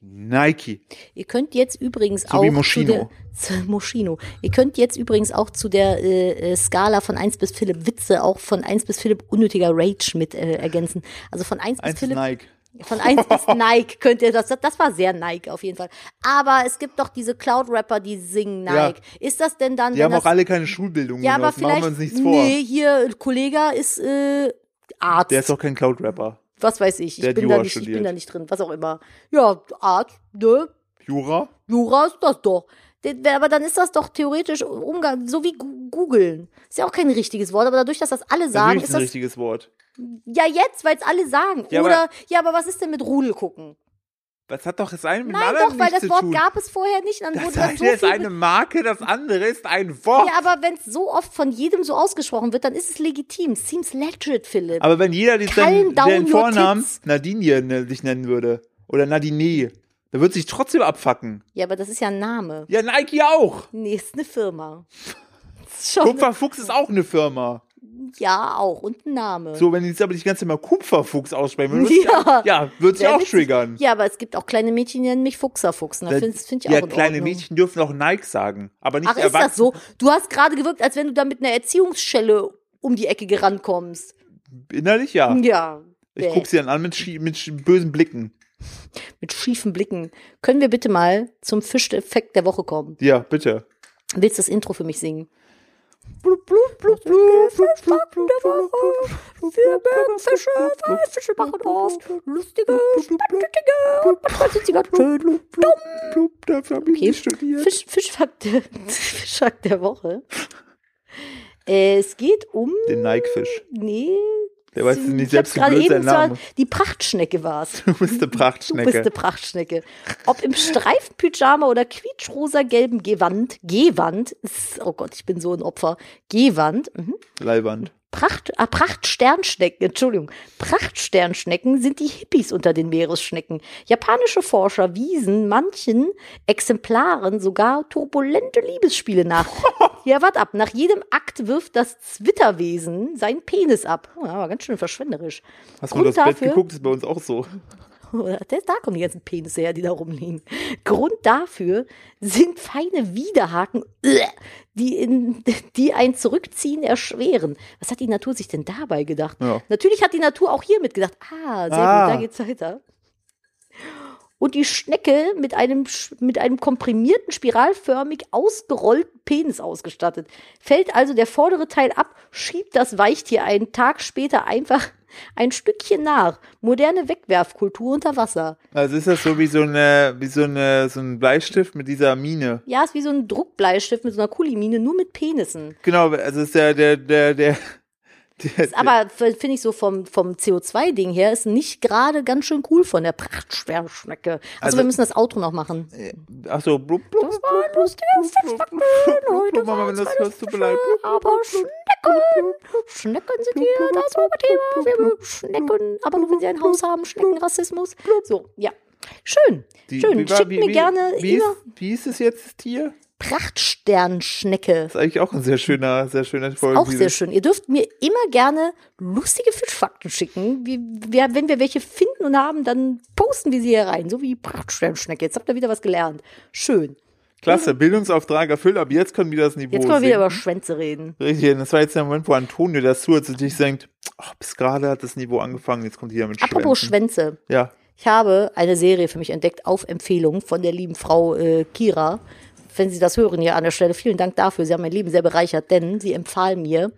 A: Nike.
B: Ihr könnt jetzt übrigens
A: So
B: auch
A: wie
B: zu
A: Moschino.
B: der zu Moschino. Ihr könnt jetzt übrigens auch zu der äh, äh, Skala von 1 bis Philipp Witze auch von 1 bis Philipp unnötiger Rage mit äh, ergänzen. Also von 1 bis
A: Eins ist
B: Philipp
A: Nike.
B: Von 1 bis Nike könnt ihr das, das war sehr Nike auf jeden Fall. Aber es gibt doch diese Cloud-Rapper, die singen
A: Ja.
B: Nike. Ist das denn dann,
A: Die haben
B: das,
A: auch alle keine Schulbildung.
B: ja,
A: genossen.
B: aber
A: Machen
B: vielleicht,
A: wir uns nichts vor.
B: nee, hier, Kollege ist, äh, Arzt.
A: Der ist doch kein Cloud-Rapper.
B: was weiß ich, ich
A: der
B: bin,
A: Jura
B: da nicht, ich bin
A: studiert.
B: da nicht drin, was auch immer. Ja, Arzt, ne,
A: Jura?
B: Jura ist das doch. Den- Aber dann ist das doch theoretisch Umgang, so wie Gu- googeln. Ist ja auch kein richtiges Wort, aber dadurch, dass das alle sagen,
A: Natürlich
B: ist
A: ist ein
B: das,
A: richtiges Wort.
B: ja jetzt, weil es alle sagen.
A: Ja, aber-
B: Oder, ja, aber was ist denn mit Rudel gucken?
A: Das hat doch das eine mit dem
B: Nein,
A: anderen
B: doch, weil
A: nichts
B: das
A: zu
B: Wort
A: tun.
B: gab es vorher nicht. Dann
A: das
B: wurde das
A: eine
B: so
A: ist
B: viel
A: eine Marke, das andere ist ein Wort.
B: Ja, aber wenn es so oft von jedem so ausgesprochen wird, dann ist es legitim. Seems legit, Philipp.
A: aber wenn jeder dies dann,
B: Calm down
A: den
B: your
A: Vornamen
B: tits.
A: Nadine ne, sich nennen würde oder Nadine, da wird sich trotzdem abfacken.
B: ja, aber das ist ja ein Name.
A: Ja, Nike auch.
B: Nee, ist eine Firma. Ist Schon,
A: Kupferfuchs ist auch eine Firma.
B: ja, auch. Und ein Name.
A: So, wenn die jetzt aber die ganze Zeit mal Kupferfuchs aussprechen würden,
B: Ja.
A: ja, ja würde sie
B: Wär
A: auch
B: witzig.
A: triggern.
B: Ja, aber es gibt auch kleine Mädchen, die nennen mich Fuchserfuchsen. Das finde find ich
A: ja,
B: auch in
A: kleine
B: Ordnung.
A: Mädchen dürfen auch Nike sagen, aber nicht
B: Ach, ist das
A: erwachsen.
B: so? Du hast gerade gewirkt, als wenn du da mit einer Erziehungsschelle um die Ecke gerannt kommst.
A: Innerlich ja.
B: Ja.
A: Ich
B: bäh.
A: guck sie dann an mit, schie- mit sch- bösen Blicken.
B: Mit schiefen Blicken. Können wir bitte mal zum Fischeffekt der Woche kommen?
A: Ja, bitte.
B: Willst du das Intro für mich singen?
A: Blub, blub, blub, blub, blub, blub, blub, blub, blub.
B: Wir mögen Fische, weil Fische machen oft lustige, spannende, manchmal sind sie ganz schön.
A: Blub, dafür hab ich
B: Okay.
A: nicht studiert.
B: Fisch, Fischfakt, der, Fischfakt der Woche. Äh, es geht um,
A: Den Nike-Fisch.
B: nee,
A: Der weiß
B: sie-
A: nicht
B: ich hab's
A: selbst, wie
B: gerade
A: blöd
B: eben
A: sein Name
B: zwar, die Prachtschnecke war's.
A: Du bist eine
B: Du bist eine
A: Prachtschnecke.
B: Prachtschnecke. Ob im Streifenpyjama oder quietschrosa-gelben Gewand, Gewand, ist- oh Gott, ich bin so ein Opfer, Gewand, mhm.
A: Leiband.
B: Pracht, ah, Prachtsternschnecken, Entschuldigung, Prachtsternschnecken sind die Hippies unter den Meeresschnecken. Japanische Forscher wiesen manchen Exemplaren sogar turbulente Liebesspiele nach. ja, wart ab, nach jedem Akt wirft das Zwitterwesen seinen Penis ab. Oh, aber ganz schön verschwenderisch.
A: Hast du
B: Grund
A: das Bett
B: dafür,
A: geguckt? Ist bei uns auch so.
B: Oder der- Da kommen die ganzen Penisse her, die da rumliegen. Grund dafür sind feine Widerhaken, die, in, die ein Zurückziehen erschweren. Was hat die Natur sich denn dabei gedacht?
A: Ja.
B: Natürlich hat die Natur auch hier mitgedacht. Ah, sehr
A: Ah.
B: gut, da geht's weiter. Und die Schnecke mit einem, sch- mit einem komprimierten, spiralförmig ausgerollten Penis ausgestattet. Fällt also der vordere Teil ab, schiebt das Weichtier einen Tag später einfach ein Stückchen nach. Moderne Wegwerfkultur unter Wasser.
A: Also ist das so wie so eine, wie so eine, so ein Bleistift mit dieser Mine.
B: Ja, ist wie so ein Druckbleistift mit so einer Kulimine, nur mit Penissen.
A: Genau, also ist der, der, der, der, der,
B: Ist aber, f- finde ich so vom, vom CO2-Ding her, ist nicht gerade ganz schön cool von der Prachtschwerschnecke. Also,
A: Also- Äh,
B: wir müssen das Auto noch machen.
A: ach so, blub, blub,
B: Das
A: blub,
B: war
A: blub, blub, blub, blub, blub, blub, Mama, wenn du das hörst, tut mir leid. Blub, blub,
B: Aber Schnecken, Schnecken sind hier das Oberthema. Wir mögen Schnecken, aber nur wenn sie ein Haus haben, Schneckenrassismus. So, ja. Schön,
A: Die-
B: schön.
A: wie war-
B: Schickt
A: wie-
B: mir
A: wie-
B: gerne
A: Wie
B: immer
A: ist, wie ist es jetzt, das Tier?
B: Prachtsternschnecke.
A: Das ist eigentlich auch ein sehr schöner, sehr schöner Folge.
B: Auch sehr schön. Ihr dürft mir immer gerne lustige Fischfakten schicken. Wir, wir, wenn wir welche finden und haben, dann posten wir sie hier rein. So wie die Prachtsternschnecke. Jetzt habt ihr wieder was gelernt. Schön.
A: Klasse, Bildungsauftrag erfüllt, aber jetzt können wir das Niveau
B: Jetzt können wir wieder
A: sinken.
B: über Schwänze reden.
A: Richtig, und das war jetzt der Moment, wo Antonio das zuhört und sich denkt, oh, bis gerade hat das Niveau angefangen, jetzt kommt hier mit
B: Apropos
A: Schwänzen.
B: Schwänze.
A: Ja,
B: Ich habe eine Serie für mich entdeckt, auf Empfehlung von der lieben Frau äh, Kira. Wenn Sie das hören hier an der Stelle, vielen Dank dafür. Sie haben mein Leben sehr bereichert, denn sie empfahl mir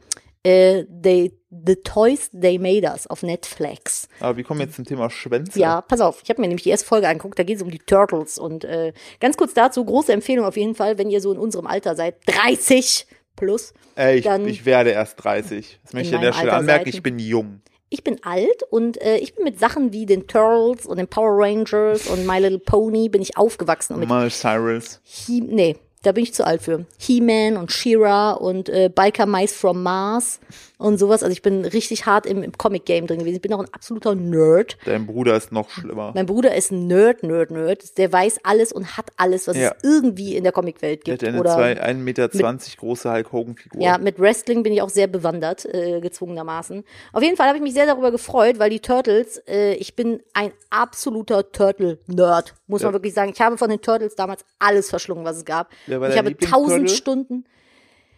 B: äh, they, The Toys They Made Us auf Netflix.
A: aber wir kommen jetzt zum Thema Schwänze.
B: Ja, pass auf, ich habe mir nämlich die erste Folge angeguckt, da geht es um die Turtles. Und äh, ganz kurz dazu, große Empfehlung auf jeden Fall, wenn ihr so in unserem Alter seid, 30 plus.
A: Ey, ich,
B: Dann-
A: ich werde erst 30. Das möchte ich an
B: meinem
A: der Stelle
B: Alter
A: anmerken,
B: Seiten.
A: ich bin jung.
B: Ich bin alt und äh, ich bin mit Sachen wie den Turtles und den Power Rangers und My Little Pony bin ich aufgewachsen und mit
A: Mal Cyrus.
B: He nee, da bin ich zu alt für. He-Man und She-Ra und äh, Biker Mice from Mars und sowas. Also ich bin richtig hart im, im Comic-Game drin gewesen. Ich bin auch ein absoluter Nerd.
A: Dein Bruder ist noch schlimmer.
B: Mein Bruder ist ein Nerd, Nerd, Nerd. Der weiß alles und hat alles, was
A: Ja.
B: es irgendwie in der Comicwelt
A: Der
B: gibt.
A: hat eine
B: Oder
A: zwei- 1,20 Meter große Hulk Hogan-Figur.
B: ja, mit Wrestling bin ich auch sehr bewandert, äh, gezwungenermaßen. Auf jeden Fall habe ich mich sehr darüber gefreut, weil die Turtles, äh, ich bin ein absoluter Turtle-Nerd, muss man wirklich sagen. Ich habe von den Turtles damals alles verschlungen, was es gab.
A: Wer war
B: ich
A: dein
B: habe tausend
A: Lieblingsturtle?
B: Stunden.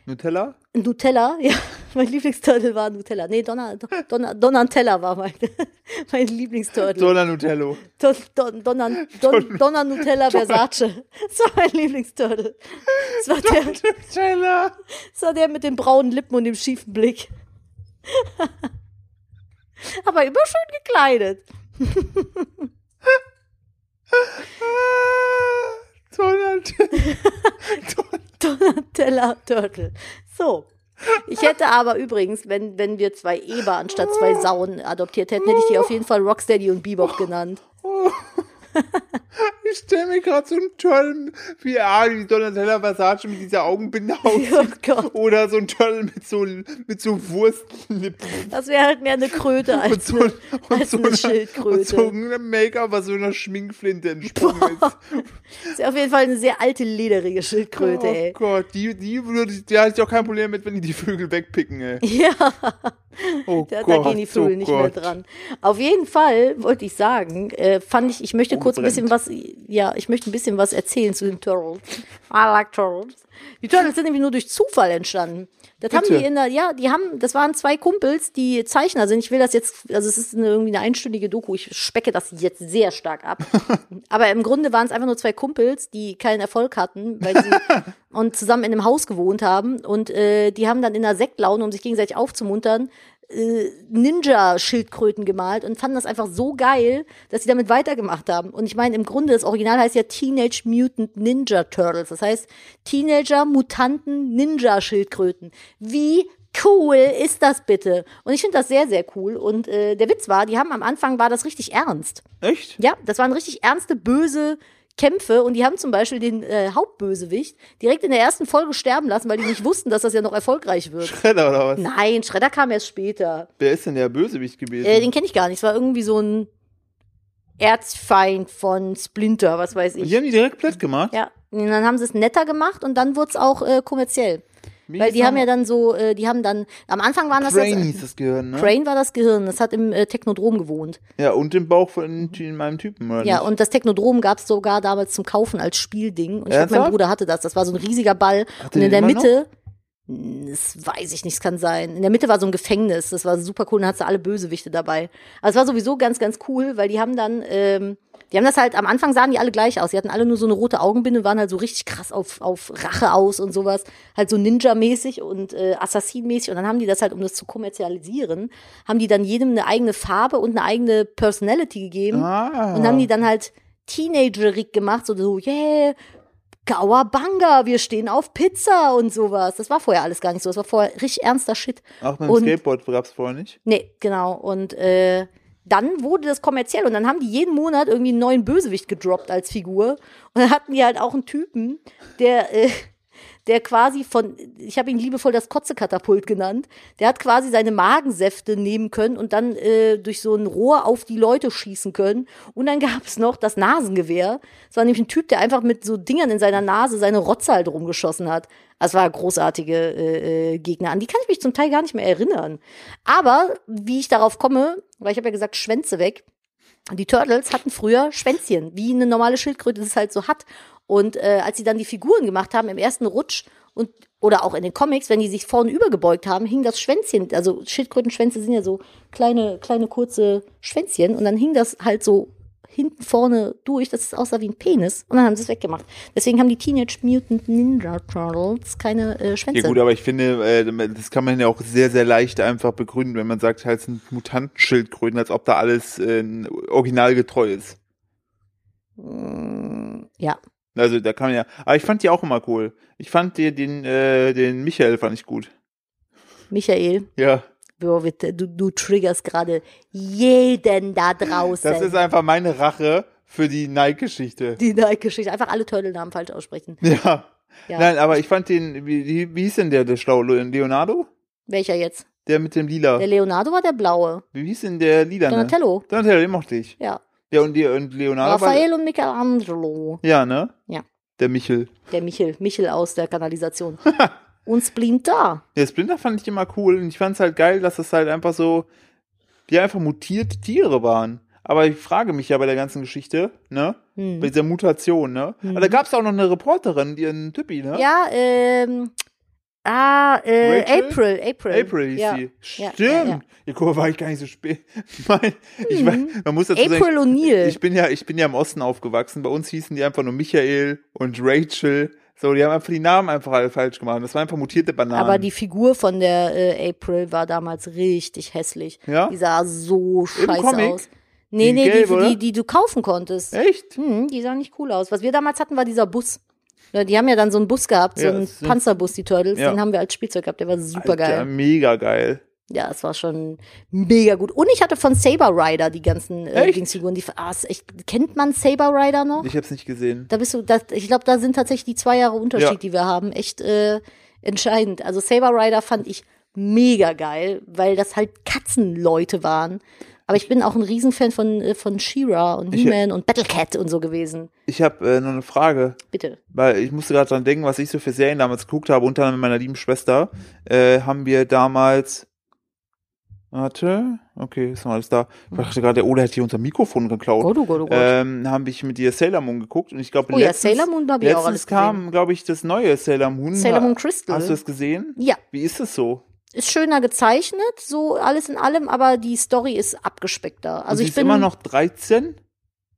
A: Nutella?
B: Nutella, ja, mein Lieblingsturtle war Nutella. Nee, Donna, Donna, Donatella war mein, mein Lieblingsturtle.
A: Dona Nutello.
B: Don, Don, Donna, Don, Donna Nutella Versace. Das war mein Lieblingsturtle. Das war, der,
A: Nutella!
B: das war der mit den braunen Lippen und dem schiefen Blick. Aber immer schön gekleidet.
A: Ah, Dona
B: Donatella Turtle. So. Ich hätte aber übrigens, wenn, wenn wir zwei Eber anstatt zwei Sauen adoptiert hätten, hätte ich die auf jeden Fall Rocksteady und Bebop genannt.
A: Oh. Ich stelle mir gerade so einen Turtle wie ah, die Donatella Versace mit dieser Augenbinde aussieht.
B: Oh Gott.
A: Oder so ein Turtle mit so, mit so Wurstlippen.
B: Das wäre halt mehr eine Kröte
A: Und
B: als
A: so,
B: eine,
A: und
B: als
A: so
B: eine
A: einer-
B: Schildkröte.
A: Und so einem Make-up, was so einer Schminkflinte entsprungen ist.
B: Das ist auf jeden Fall eine sehr alte, lederige Schildkröte,
A: Oh
B: ey.
A: Gott, die, die würde ich, da hätte ich auch kein Problem mit, wenn die die Vögel wegpicken, ey.
B: Ja,
A: Oh
B: da, da
A: Gott,
B: gehen die Vögel
A: oh
B: nicht
A: Gott.
B: mehr dran. Auf jeden Fall wollte ich sagen, äh, fand ich, ich möchte kurz ein bisschen was, ja, ich möchte ein bisschen was erzählen zu den Turtles. I like Turtles. Die Turtles sind nämlich nur durch Zufall entstanden. Das haben
A: Bitte?
B: die in der, ja, die haben, das waren zwei Kumpels, die Zeichner sind. Ich will das jetzt, also es ist eine, irgendwie eine einstündige Doku. Ich specke das jetzt sehr stark ab. Aber im Grunde waren es einfach nur zwei Kumpels, die keinen Erfolg hatten, weil sie und zusammen in einem Haus gewohnt haben. Und äh, die haben dann in einer Sektlaune, um sich gegenseitig aufzumuntern, äh, Ninja-Schildkröten gemalt und fanden das einfach so geil, dass sie damit weitergemacht haben. Und ich meine, im Grunde, das Original heißt ja Teenage Mutant Ninja Turtles. Das heißt Teenager Mutanten Ninja Schildkröten. Wie cool ist das bitte? Und ich finde das sehr, sehr cool. Und äh, der Witz war, die haben am Anfang war das richtig ernst.
A: Echt?
B: Ja, das waren richtig ernste, böse Kämpfe und die haben zum Beispiel den äh, Hauptbösewicht direkt in der ersten Folge sterben lassen, weil die nicht wussten, dass das ja noch erfolgreich wird.
A: Schredder oder was?
B: Nein, Shredder kam erst später.
A: Wer ist denn der Bösewicht gewesen?
B: Äh, den kenne ich gar nicht. Es war irgendwie so ein Erzfeind von Splinter, was weiß
A: Und
B: ich.
A: die haben die direkt platt gemacht?
B: Ja, und dann haben sie es netter gemacht und dann wurde es auch äh, kommerziell. Weil die haben ja dann so, äh, die haben dann, am Anfang waren das
A: Crane hieß
B: jetzt.
A: das Gehirn, ne?
B: Crane war das Gehirn, das hat im äh, Technodrom gewohnt.
A: Ja, und den Bauch von in meinem Typen, oder
B: Mhm. Ja,
A: nicht?
B: und das Technodrom gab es sogar damals zum Kaufen als Spielding. Und ich glaub, mein
A: Ernsthaft?
B: Bruder hatte das. Das war so ein riesiger Ball.
A: Hat
B: Und
A: er
B: in der
A: den immer
B: Mitte, Hm, das weiß ich nicht, es kann sein. In der Mitte war so ein Gefängnis. Das war super cool. Und da hattest du alle Bösewichte dabei. Aber es war sowieso ganz, ganz cool, weil die haben dann, ähm, die haben das halt, am Anfang sahen die alle gleich aus. Die hatten alle nur so eine rote Augenbinde, waren halt so richtig krass auf, auf Rache aus und sowas. Halt so Ninja-mäßig und äh, Assassin-mäßig. Und dann haben die das halt, um das zu kommerzialisieren, haben die dann jedem eine eigene Farbe und eine eigene Personality gegeben.
A: Ah.
B: Und haben die dann halt Teenagerig gemacht, so, so yeah, Gauerbanga, wir stehen auf Pizza und sowas. Das war vorher alles gar nicht so. Das war vorher richtig ernster Shit.
A: Auch mit dem
B: und-
A: Skateboard gab's vorher nicht.
B: Nee, genau. Und äh, dann wurde das kommerziell und dann haben die jeden Monat irgendwie einen neuen Bösewicht gedroppt als Figur. Und dann hatten die halt auch einen Typen, der. Äh, der quasi von, ich habe ihn liebevoll das Kotzekatapult genannt, der hat quasi seine Magensäfte nehmen können und dann äh, durch so ein Rohr auf die Leute schießen können. Und dann gab es noch das Nasengewehr. Das war nämlich ein Typ, der einfach mit so Dingern in seiner Nase seine Rotze halt rumgeschossen hat. Das war großartige äh, äh, Gegner. An die kann ich mich zum Teil gar nicht mehr erinnern. Aber wie ich darauf komme, weil ich habe ja gesagt, Schwänze weg. Die Turtles hatten früher Schwänzchen, wie eine normale Schildkröte das halt so hat. Und äh, als sie dann die Figuren gemacht haben im ersten Rutsch und oder auch in den Comics, wenn die sich vorne übergebeugt haben, hing das Schwänzchen, also Schildkrötenschwänze sind ja so kleine, kleine kurze Schwänzchen und dann hing das halt so hinten vorne durch, dass es aussah wie ein Penis und dann haben sie es weggemacht. Deswegen haben die Teenage Mutant Ninja Turtles keine äh, Schwänze.
A: Ja gut, aber ich finde, äh, das kann man ja auch sehr, sehr leicht einfach begründen, wenn man sagt, halt sind Mutantenschildkröten, als ob da alles äh, originalgetreu ist.
B: Mm, ja.
A: Also da kann man ja. Aber ich fand die auch immer cool. Ich fand die, den, äh, den Michael fand ich gut.
B: Michael,
A: Ja.
B: boah, bitte, du, du triggerst gerade jeden da draußen.
A: Das ist einfach meine Rache für die Nike-Geschichte.
B: die Nike-Geschichte. Einfach alle Turtle-Namen falsch aussprechen.
A: Ja.
B: Ja.
A: Nein, aber ich fand den, wie, wie, wie hieß denn der, der schlaue Leonardo?
B: Welcher jetzt?
A: Der mit dem Lila.
B: Der Leonardo war der blaue.
A: wie hieß denn der Lila? ne?
B: Donatello.
A: Donatello, den mochte ich.
B: Ja.
A: Ja, und, die, und Leonardo
B: Raphael und Michelangelo.
A: war. Ja, ne?
B: Ja.
A: Der Michel.
B: Der Michel. Michel aus der Kanalisation. und Splinter.
A: Der Splinter fand ich immer cool und ich fand es halt geil, dass es halt einfach so, die einfach mutierte Tiere waren. Aber ich frage mich ja bei der ganzen Geschichte, ne?
B: Hm.
A: Bei dieser Mutation, ne? Aber da gab es auch noch eine Reporterin, ihren Tippi, ne?
B: Mhm. Ja, ähm. Ah, äh,
A: Rachel?
B: April. April.
A: April hieß
B: ja.
A: sie.
B: Ja,
A: Stimmt.
B: ja, Mhm. ja.
A: Ja, guck mal, war ich gar nicht so spät. Mein, ich, war- man muss dazu
B: April
A: sagen,
B: O'Neil.
A: ich bin ja, ich bin ja im Osten aufgewachsen. Bei uns hießen die einfach nur Michael und Rachel. So, die haben einfach die Namen einfach alle falsch gemacht. Das waren einfach mutierte Bananen.
B: Aber die Figur von der äh, April war damals richtig hässlich.
A: Ja?
B: Die sah so scheiße
A: Comic?
B: aus. Nee,
A: Die
B: nee,
A: gelb,
B: die,
A: oder?
B: die, die du kaufen konntest.
A: Echt?
B: Hm, die sahen nicht cool aus. Was wir damals hatten, war dieser Bus. Ja, Die haben ja dann so einen Bus gehabt, so
A: Ja,
B: einen
A: das sind-
B: Panzerbus, die Turtles.
A: Ja.
B: Den haben wir als Spielzeug gehabt. Der war super
A: Alter, ähm.
B: geil.
A: mega geil.
B: Ja, es war schon mega gut. Und ich hatte von Saber Rider die ganzen äh,
A: Echt?
B: Dingsfiguren. Die, ah, ist echt, kennt man Saber Rider noch?
A: Ich hab's nicht gesehen.
B: Da bist du, das, ich glaube, da sind tatsächlich die zwei Jahre Unterschied,
A: Ja.
B: die wir haben, echt äh, entscheidend. Also Saber Rider fand ich mega geil, weil das halt Katzenleute waren. Aber ich bin auch ein Riesenfan von, äh, von She-Ra und
A: Ich-
B: He-Man und Battle Cat und so gewesen.
A: Ich habe äh, noch eine Frage,
B: Bitte.
A: weil ich musste gerade dran denken, was ich so für Serien damals geguckt habe, unter anderem mit meiner lieben Schwester. Äh, haben wir damals. Warte, okay, ist noch alles da. Ich dachte gerade, der Ole hätte hier unser Mikrofon geklaut.
B: Gott, oh Gott, oh Gott.
A: Ähm, haben ich mit ihr Sailor Moon geguckt und ich glaube,
B: Oh ja, Sailor Moon hab ich auch alles
A: letztens kam, glaube ich, das neue Sailor Moon. äh,
B: Sailor Moon Crystal.
A: Hast du das gesehen?
B: ja,
A: Wie ist es so?
B: ist schöner gezeichnet, so alles in allem, aber die Story ist abgespeckter. Also
A: und sie
B: ich
A: ist
B: bin
A: immer noch 13?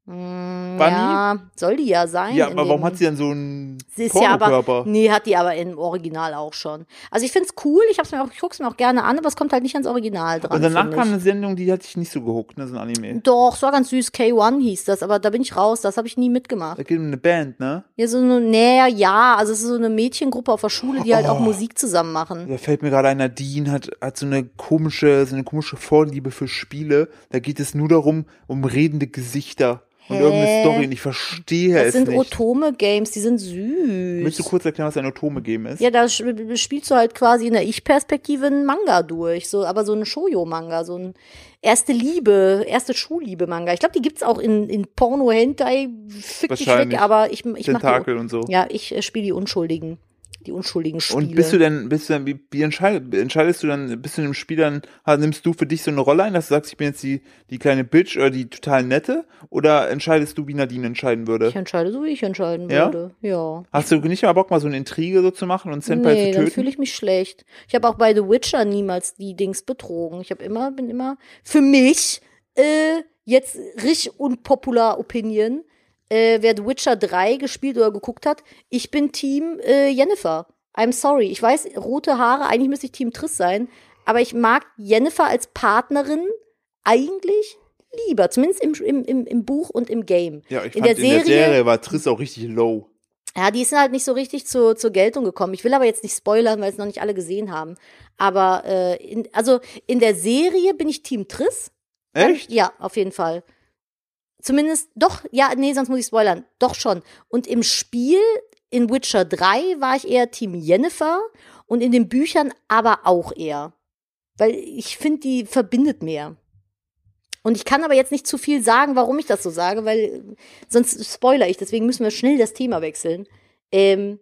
B: Mm,
A: Bunny?
B: Ja, soll die ja sein.
A: Ja,
B: in
A: aber warum
B: dem-
A: hat sie dann so einen
B: Sie ist ja aber,
A: Pornokörper?
B: nee, hat die aber im Original auch schon. Also ich find's cool, ich, hab's mir auch, ich guck's mir auch gerne an, aber es kommt halt nicht ans Original dran.
A: und danach
B: find
A: kam
B: ich.
A: eine Sendung, die hatte ich nicht so gehuckt, ne, so ein Anime.
B: Doch, es war ganz süß, K1 hieß das, aber da bin ich raus, das habe ich nie mitgemacht.
A: Da geht um eine Band, ne?
B: Ja, so eine, naja, ja, also es ist so eine Mädchengruppe auf der Schule, die halt auch
A: Oh.
B: Musik zusammen machen.
A: Da fällt mir gerade ein, Nadine hat, hat so eine komische, so eine komische Vorliebe für Spiele. Da geht es nur darum, um redende Gesichter und
B: Hä?
A: irgendeine Story. Und ich verstehe
B: Das
A: es
B: sind
A: nicht.
B: Otome-Games, die sind süß.
A: Willst du kurz erklären, was ein Otome-Game ist?
B: Ja, da sch- spielst du halt quasi in der Ich-Perspektive einen Manga durch, so, aber so einen Shoujo-Manga, so ein erste Liebe, erste Schulliebe-Manga. Ich glaube, die gibt's auch in, in Porno, Hentai, fick dich weg,
A: Wahrscheinlich.
B: aber ich, ich mach die,
A: Tentakel und so.
B: ja, ich äh, spiele die Unschuldigen. die unschuldigen Spiele.
A: Und bist du denn, bist du denn, wie, wie entscheidest, entscheidest du dann, bist du dem Spiel dann, ha- nimmst du für dich so eine Rolle ein, dass du sagst, ich bin jetzt die, die kleine Bitch oder die total nette? Oder entscheidest du, wie Nadine entscheiden würde?
B: ich entscheide so, wie ich entscheiden
A: Ja?
B: würde. Ja.
A: Hast du nicht mal Bock, mal so eine Intrige so zu machen und Senpai
B: nee,
A: zu
B: dann
A: töten?
B: fühle ich mich schlecht. Ich habe auch bei The Witcher niemals die Dings betrogen. Ich habe immer, bin immer für mich äh, jetzt richtig unpopular Opinion. Äh, wer The Witcher 3 gespielt oder geguckt hat, ich bin Team äh, Jennifer. I'm sorry. Ich weiß, rote Haare, eigentlich müsste ich Team Triss sein, aber ich mag Jennifer als Partnerin eigentlich lieber. Zumindest im, im, im, im Buch und im Game.
A: ja, ich
B: in
A: fand,
B: der Serie-
A: in der Serie war Triss auch richtig low.
B: Ja, die sind halt nicht so richtig zu, zur Geltung gekommen. Ich will aber jetzt nicht spoilern, weil es noch nicht alle gesehen haben. Aber äh, in, also in der Serie bin ich Team Triss.
A: Echt?
B: Ja, auf jeden Fall. Zumindest doch, ja, nee, sonst muss ich spoilern. Doch schon. Und im Spiel in Witcher 3 war ich eher Team Jennifer und in den Büchern aber auch eher. Weil ich finde, die verbindet mehr. Und ich kann aber jetzt nicht zu viel sagen, warum ich das so sage, weil äh, sonst spoiler ich. Deswegen müssen wir schnell das Thema wechseln. Ähm,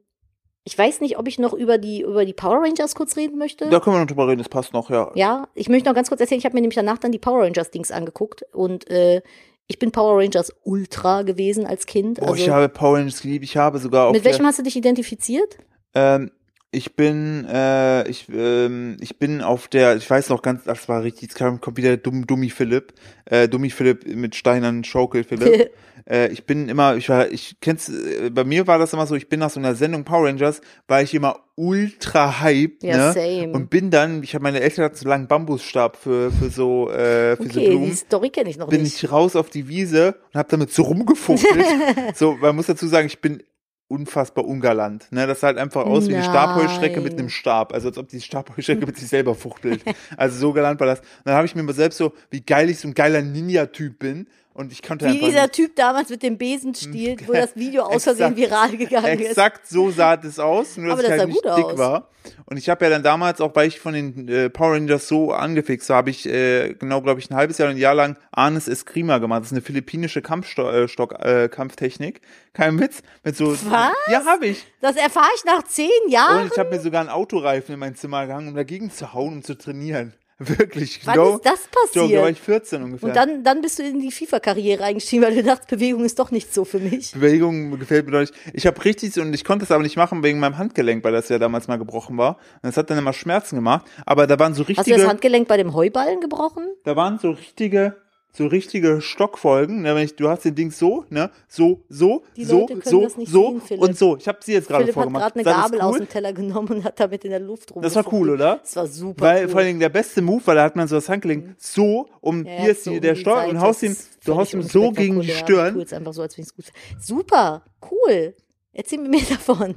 B: ich weiß nicht, ob ich noch über die, über die Power Rangers kurz reden möchte.
A: Da können wir noch drüber reden, das passt noch, ja.
B: Ja, ich möchte noch ganz kurz erzählen, ich habe mir nämlich danach dann die Power Rangers Dings angeguckt und äh, ich bin Power Rangers Ultra gewesen als Kind.
A: Boah,
B: also,
A: ich habe Power Rangers geliebt, ich habe sogar auch.
B: mit welchem hast du dich identifiziert?
A: Ähm, ich bin, äh, ich, ähm, ich bin auf der, ich weiß noch ganz, das war richtig, jetzt kam- kommt wieder dumm, Dummi Philipp, äh, Dummi Philipp mit steinernen Schaukel Philipp. äh, ich bin immer, ich war, ich kenn's, äh, bei mir war das immer so, ich bin nach so einer Sendung Power Rangers, war ich immer ultra hyped,
B: Ja,
A: ne?
B: same.
A: Und bin dann, ich habe meine Eltern hatten so langen Bambusstab für, für so, äh, für so
B: Okay, die
A: Blumen
B: Story kenne ich noch
A: bin
B: nicht.
A: ich raus auf die Wiese und habe damit so rumgefuchtelt. so, man muss dazu sagen, ich bin unfassbar ungalant. Ne, das sah halt einfach aus wie eine
B: Nein.
A: Stabheuschrecke mit einem Stab. Also als ob die Stabheuschrecke mit sich selber fuchtelt. Also so galant war das. Und dann habe ich mir mal selbst so, wie geil ich so ein geiler Ninja-Typ bin. Und ich konnte
B: Wie
A: einfach
B: dieser
A: nicht-
B: Typ damals mit dem Besenstiel, wo das Video aus Versehen
A: Exakt.
B: viral gegangen ist.
A: Exakt so sah das aus, nur dass
B: Aber
A: ich
B: das
A: halt
B: sah
A: nicht
B: gut
A: dick
B: aus.
A: war. Und ich habe ja dann damals, auch weil ich von den äh, Power Rangers so angefixt war, habe ich äh, genau, glaube ich, ein halbes Jahr oder ein Jahr lang Arnes Eskrima gemacht. Das ist eine philippinische Kampfsto äh, Stock, äh, Kampftechnik. Kein Witz. Mit so,
B: Was? Ah,
A: Ja, habe ich.
B: Das erfahre ich nach zehn Jahren.
A: Und ich habe mir sogar einen Autoreifen in mein Zimmer gehangen, um dagegen zu hauen, um zu trainieren. Wirklich.
B: Wann
A: No-
B: ist das
A: Joke, da war
B: passiert?
A: ich 14 ungefähr.
B: Und dann, dann bist du in die FIFA-Karriere eingestiegen, weil du dachtest, Bewegung ist doch nicht so für mich.
A: Bewegung gefällt mir deutlich. Ich habe richtig so- und ich konnte es aber nicht machen wegen meinem Handgelenk, weil das ja damals mal gebrochen war. Und das hat dann immer Schmerzen gemacht. Aber da waren so
B: Hast du das
A: richtige,
B: Handgelenk bei dem Heuballen gebrochen?
A: da waren so richtige, so richtige Stockfolgen. Ne? Wenn ich, du hast den Ding so, ne, so, so,
B: Die
A: so,
B: Leute können
A: so,
B: das nicht
A: so
B: sehen, Philipp.
A: und so. Ich habe sie jetzt gerade
B: Philipp hat
A: vorgemacht.
B: gerade eine
A: Sag, ist
B: Gabel aus
A: cool?
B: dem Teller genommen und hat damit in der Luft rum.
A: Das war cool, oder?
B: Das war super
A: Weil
B: cool. Mhm.
A: vor allen Dingen der beste Move, weil da hat man so das Handgelenk so um
B: Ja, ja,
A: hier ist
B: so
A: die,
B: um
A: der
B: die
A: Stock
B: Seite
A: und haust ihm,
B: ist
A: du
B: völlig
A: haust ihm so gegen die
B: unspektakulär. Ich tue
A: Stirn.
B: jetzt einfach so, als wenn ich's gut fände. Super, cool. Erzähl mir mehr davon.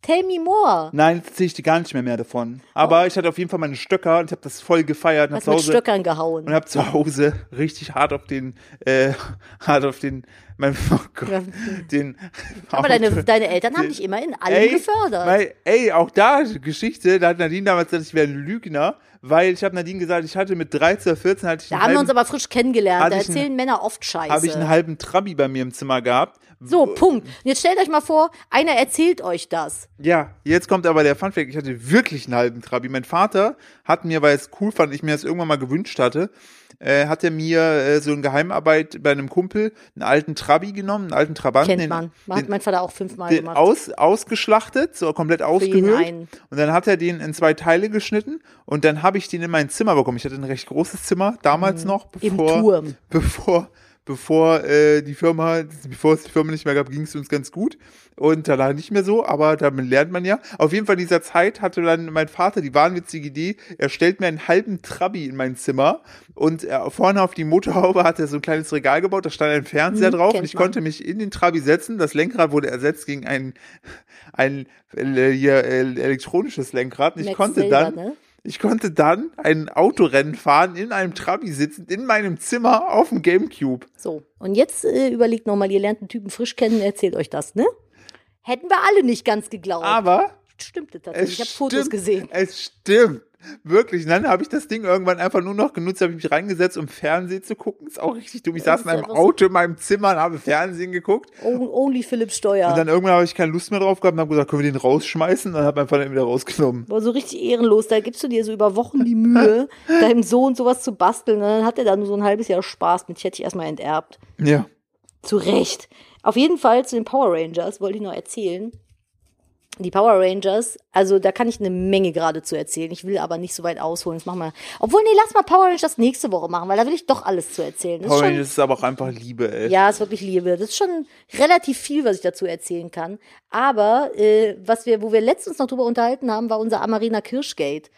B: Tell me more.
A: Nein, jetzt sehe ich die gar nicht mehr mehr davon. Aber ich hatte auf jeden Fall meine Stöcker und ich habe das voll gefeiert. und hab
B: Hast
A: zu
B: Oh. mit
A: Hause
B: Stöckern gehauen.
A: und hab zu Hause richtig hart auf den äh, hart auf den mein oh
B: Ja.
A: Gott, den
B: Aber deine, deine Eltern haben
A: Den-
B: dich immer in allem
A: ey,
B: gefördert.
A: Weil, ey, auch da Geschichte, da hat Nadine damals gesagt, ich wäre ein Lügner, weil ich habe Nadine gesagt, ich hatte mit 13 oder 14 hatte ich
B: da
A: einen
B: haben wir uns
A: halben,
B: aber frisch kennengelernt.
A: Hatte
B: Da
A: ich einen-
B: erzählen Männer oft Scheiße.
A: habe ich einen halben Trabi bei mir im Zimmer gehabt.
B: so, Punkt. Und jetzt stellt euch mal vor, einer erzählt euch das.
A: Ja, jetzt kommt aber der Funfact, ich hatte wirklich einen halben Trabi. Mein Vater hat mir, weil es cool fand, ich mir das irgendwann mal gewünscht hatte, äh, hat er mir äh, so in Geheimarbeit bei einem Kumpel einen alten Trabi genommen, einen alten Trabant.
B: Kennt
A: den-
B: man.
A: den-
B: Hat mein Vater auch fünfmal
A: den
B: gemacht.
A: aus, ausgeschlachtet, so komplett
B: jeden
A: ausgehöhlt.
B: einen.
A: Und dann hat er den in zwei Teile geschnitten und dann habe ich den in mein Zimmer bekommen. Ich hatte ein recht großes Zimmer damals noch,
B: Mhm. Im
A: bevor,
B: Turm.
A: bevor, bevor äh, die Firma, bevor es die Firma nicht mehr gab, ging es uns ganz gut und danach nicht mehr so. Aber damit lernt man ja. Auf jeden Fall in dieser Zeit hatte dann mein Vater die wahnwitzige Idee. Er stellt mir einen halben Trabi in mein Zimmer und äh, vorne auf die Motorhaube hat er so ein kleines Regal gebaut. Da stand ein Fernseher
B: Mhm,
A: drauf und
B: kennt
A: ich
B: man.
A: konnte mich in den Trabi setzen. Das Lenkrad wurde ersetzt gegen ein ein äh, hier, äh, elektronisches Lenkrad. Und Ich
B: Max
A: konnte
B: Silber,
A: dann,
B: ne?
A: ich konnte dann ein Autorennen fahren in einem Trabi sitzend in meinem Zimmer auf dem Gamecube.
B: So, und jetzt äh, überlegt
A: Ah,
B: nochmal, ihr lernt einen Typen frisch kennen, erzählt euch das, ne? Hätten wir alle nicht ganz geglaubt.
A: Aber
B: stimmte tatsächlich. ich habe Fotos gesehen.
A: Es stimmt. Wirklich. Und dann habe ich das Ding irgendwann einfach nur noch genutzt, habe ich mich reingesetzt, um Fernsehen zu gucken. Ist auch richtig dumm. Ich saß
B: Das
A: in
B: ist
A: einem
B: einfach so-
A: Auto in meinem Zimmer und habe Fernsehen geguckt.
B: On- Only Philipp Steuer.
A: Und dann irgendwann habe ich keine Lust mehr drauf gehabt und habe gesagt, können wir den rausschmeißen? Und dann habe ich einfach den wieder rausgenommen.
B: War so richtig ehrenlos. Da gibst du dir so über Wochen die Mühe, deinem Sohn sowas zu basteln. Und dann hat er da nur so ein halbes Jahr Spaß mit. Ich hätte dich erstmal enterbt.
A: Ja.
B: Zu Recht. Auf jeden Fall zu den Power Rangers wollte ich noch erzählen. Die Power Rangers, also da kann ich eine Menge gerade zu erzählen. Ich will aber nicht so weit ausholen. Das machen wir. Obwohl, nee, lass mal Power Rangers nächste Woche machen, weil da will ich doch alles zu erzählen. Das ist
A: Power
B: schon,
A: Rangers ist aber auch einfach Liebe, ey.
B: ja, ist wirklich Liebe. Das ist schon relativ viel, was ich dazu erzählen kann. Aber äh, was wir, wo wir letztens noch drüber unterhalten haben, war unser Amarena Kirschgate.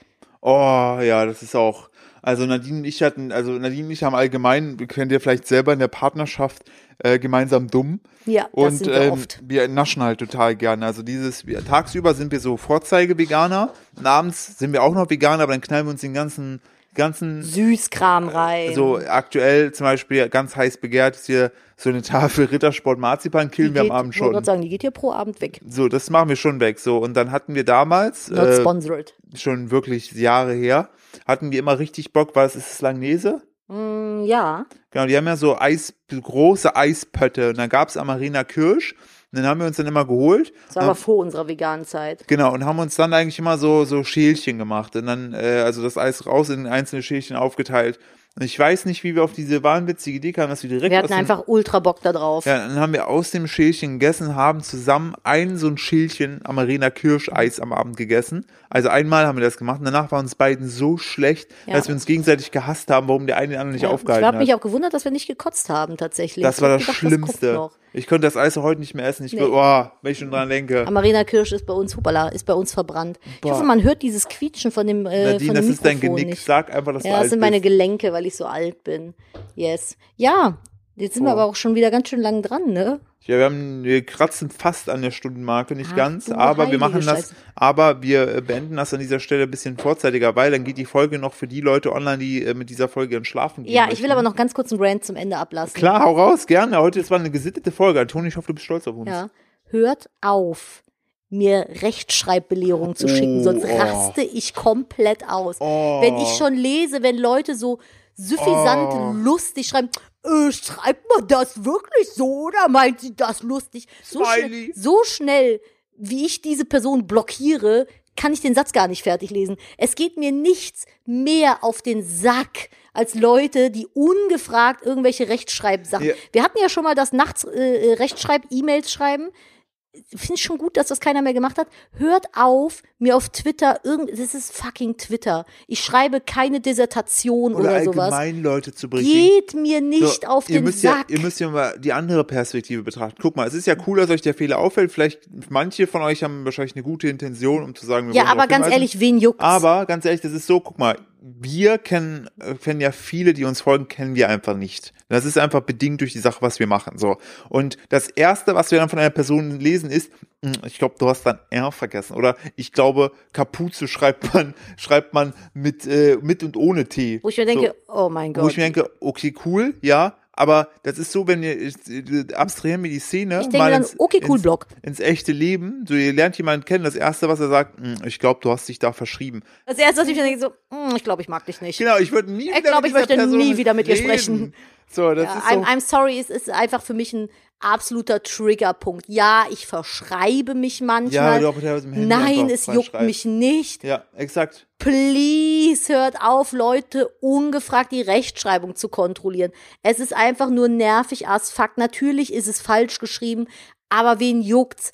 A: Oh, ja, das ist auch. Also Nadine und ich hatten, also Nadine und ich haben allgemein, kennt ihr vielleicht selber in der Partnerschaft, äh, gemeinsam dumm.
B: Ja, das
A: und
B: sind wir
A: ähm,
B: oft.
A: wir naschen halt total gerne. Also dieses, wir, tagsüber sind wir so Vorzeige-Veganer und abends sind wir auch noch Veganer, aber dann knallen wir uns den ganzen, ganzen
B: Süßkram rein.
A: äh, So aktuell zum Beispiel ganz heiß begehrt ist hier so eine Tafel Rittersport Marzipan
B: Die
A: killen wir am
B: geht-
A: Abend
B: wollte
A: schon.
B: grad sagen, die geht hier pro Abend weg.
A: So, das machen wir schon weg. So, und dann hatten wir damals,
B: Not
A: äh,
B: sponsored.
A: schon wirklich Jahre her, hatten wir immer richtig Bock, was ist das Langnese?
B: Mm, ja.
A: Genau, die haben ja so Eis, große Eispötte. Und dann gab's Amarina Kirsch. Und dann haben wir uns dann immer geholt.
B: Das war aber vor unserer veganen Zeit.
A: Genau, und haben uns dann eigentlich immer so, so Schälchen gemacht und dann, äh, also das Eis raus in einzelne Schälchen aufgeteilt. Und ich weiß nicht, wie wir auf diese wahnwitzige Idee kamen, dass wir direkt
B: Wir
A: aus
B: hatten
A: dem,
B: einfach ultra Bock da drauf.
A: Ja, dann haben wir aus dem Schälchen gegessen, haben zusammen ein so ein Schälchen Amarena Kirscheis am Abend gegessen. Also einmal haben wir das gemacht und danach war uns beiden so schlecht,
B: Ja.
A: dass wir uns gegenseitig gehasst haben, warum der eine den anderen nicht
B: Ja, ich
A: aufgehalten
B: habe
A: hat.
B: mich auch gewundert, dass wir nicht gekotzt haben tatsächlich.
A: das
B: Ich
A: war
B: hab
A: das
B: gedacht, kommt
A: Schlimmste.
B: noch.
A: ich konnte das Eis auch heute nicht mehr essen. Ich
B: Nee.
A: nee. boah, wenn ich schon dran denke.
B: Amarena Kirsch ist bei uns, hoppala, ist bei uns verbrannt. Ich
A: Boah.
B: hoffe, man hört dieses Quietschen von dem, äh,
A: Nadine,
B: von
A: das
B: dem
A: ist dein
B: Mikrofon
A: Genick.
B: nicht.
A: Sag einfach, dass du
B: Ja,
A: alt
B: das sind meine
A: bist.
B: Gelenke, weil ich so alt bin. Yes. Ja, jetzt sind wir
A: Boah.
B: aber auch schon wieder ganz schön lang dran, ne?
A: Ja, wir, haben, wir kratzen fast an der Stundenmarke, nicht
B: Ach,
A: ganz,
B: du
A: aber wir
B: heilige
A: machen das,
B: Scheiße.
A: aber wir äh, beenden das an dieser Stelle ein bisschen vorzeitiger, weil dann geht die Folge noch für die Leute online, die äh, mit dieser Folge ins Schlafen gehen.
B: Ja, ich will
A: möchten.
B: aber noch ganz kurz einen Rant zum Ende ablassen.
A: Klar, hau raus, gerne. Heute ist mal eine gesittete Folge. Toni, ich hoffe, du bist stolz auf uns.
B: Ja. Hört auf, mir Rechtschreibbelehrungen zu schicken,
A: Oh,
B: sonst
A: oh.
B: raste ich komplett aus.
A: Oh.
B: Wenn ich schon lese, wenn Leute so süffisant
A: Oh.
B: lustig schreiben, äh, schreibt man das wirklich so oder meint sie das lustig? So, schnell,
A: Smiley.
B: so schnell, wie ich diese Person blockiere, kann ich den Satz gar nicht fertig lesen. Es geht mir nichts mehr auf den Sack als Leute, die ungefragt irgendwelche Rechtschreibsachen.
A: Ja.
B: Wir hatten ja schon mal das nachts äh, äh, Rechtschreib-E-Mails schreiben. Finde ich schon gut, dass das keiner mehr gemacht hat. Hört auf, mir auf Twitter irgend, das ist fucking Twitter. Ich schreibe keine Dissertation
A: Oder
B: oder, sowas.
A: allgemein Leute zu bringen.
B: Geht mir
A: So,
B: nicht auf
A: ihr
B: den
A: müsst
B: Sack.
A: Ja, ihr müsst ja mal die andere Perspektive betrachten. Guck mal, es ist ja cool, dass euch der Fehler auffällt. Vielleicht, manche von euch haben wahrscheinlich eine gute Intention, um zu sagen, wir
B: ja,
A: wollen darauf
B: aber ganz
A: hinweisen.
B: ehrlich, wen juckt's?
A: Aber ganz ehrlich, das ist so, guck mal, wir kennen, äh, kennen ja viele, die uns folgen, kennen wir einfach nicht. Das ist einfach bedingt durch die Sache, was wir machen. So. Und das Erste, was wir dann von einer Person lesen, ist, "Hm, ich glaube, du hast dann R vergessen. Oder ich glaube, Kapuze schreibt man, schreibt man mit, äh, mit und ohne T.
B: wo ich mir denke, oh mein
A: so,
B: Gott.
A: wo ich mir denke, okay, cool, ja. Aber das ist so, wenn ihr, ich, äh, abstrahieren wir die Szene.
B: Ich denke dann, okay, cool,
A: ins,
B: Block.
A: ins echte Leben. So, ihr lernt jemanden kennen, das Erste, was er sagt, "Hm, ich glaube, du hast dich da verschrieben.
B: das erste, was ich mir denke, so, hm, ich glaube, ich mag dich nicht.
A: Genau, ich würde nie wieder
B: glaub,
A: mit
B: ich
A: dieser
B: möchte
A: Person
B: nie wieder mit ihr
A: reden.
B: sprechen.
A: So, das
B: Ja,
A: ist so.
B: I'm, I'm sorry, es ist einfach für mich ein absoluter Triggerpunkt. Ja, ich verschreibe mich
A: ja,
B: manchmal.
A: du auch teilweise im Handy
B: Nein,
A: einfach
B: es juckt
A: reinschreibst.
B: mich nicht.
A: Ja, exakt.
B: Please hört auf, Leute ungefragt die Rechtschreibung zu kontrollieren. Es ist einfach nur nervig as fuck. Natürlich ist es falsch geschrieben, aber wen juckt's?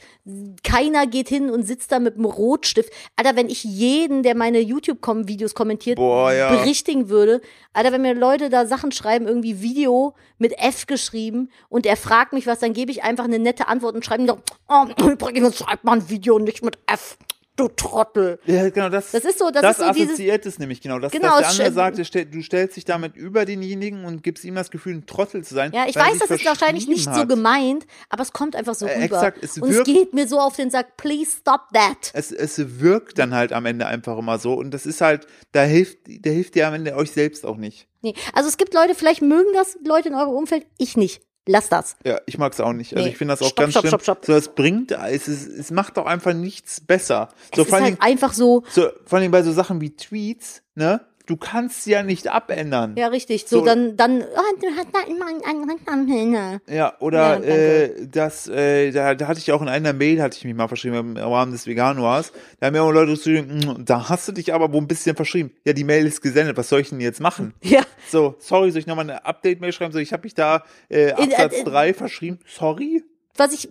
B: Keiner geht hin und sitzt da mit einem Rotstift. Alter, wenn ich jeden, der meine YouTube-Videos kommentiert,
A: Boah, ja.
B: berichtigen würde, Alter, wenn mir Leute da Sachen schreiben, irgendwie Video mit F geschrieben und er fragt mich was, dann gebe ich einfach eine nette Antwort und schreibe ihm doch, oh, übrigens schreibt man ein Video nicht mit F, du Trottel.
A: Ja, genau, das,
B: Das ist so- das ist so dieses-
A: assoziiert es nämlich, genau. Dass,
B: Genau,
A: dass der
B: es
A: andere
B: sch-
A: sagt, er stellt- du stellst dich damit über denjenigen und gibst ihm das Gefühl, ein Trottel zu sein.
B: Ja, ich
A: weil er
B: weiß,
A: sich
B: das ist wahrscheinlich nicht so
A: verschrieben hat.
B: gemeint, aber es kommt einfach so
A: Äh,
B: rüber.
A: exakt, es Äh.
B: und es
A: wirkt-
B: geht mir so auf den Sack, please stop that.
A: Es, es wirkt dann halt am Ende einfach immer so. Und das ist halt, da hilft, da hilft dir am Ende euch selbst auch nicht.
B: Nee. Also es gibt Leute, vielleicht mögen das Leute in eurem Umfeld, ich nicht. Lass das.
A: Ja, ich mag's auch nicht. Also
B: Nee.
A: ich finde das auch
B: Stopp,
A: ganz
B: stopp,
A: schlimm.
B: stopp, stopp.
A: So, es bringt, es, ist, es macht doch einfach nichts besser.
B: Es
A: so,
B: ist
A: vor allem,
B: halt einfach so,
A: so, vor allem bei so Sachen wie Tweets, ne? Du kannst sie ja nicht abändern.
B: ja richtig, so,
A: So.
B: dann, dann, oh, du hast da immer einen anderen Namen.
A: Ja, oder
B: Ja, danke.
A: äh, das, äh, da, da hatte ich auch in einer Mail, hatte ich mich mal verschrieben im Rahmen des Veganuars, da haben mir auch Leute geschrieben, "Mm, da hast du dich aber wo ein bisschen verschrieben. Ja, die Mail ist gesendet, was soll ich denn jetzt machen?
B: Ja,
A: So, sorry, soll ich nochmal eine Update-Mail schreiben? So, ich habe mich da äh, Absatz
B: äh,
A: 3 verschrieben. Sorry?
B: was ich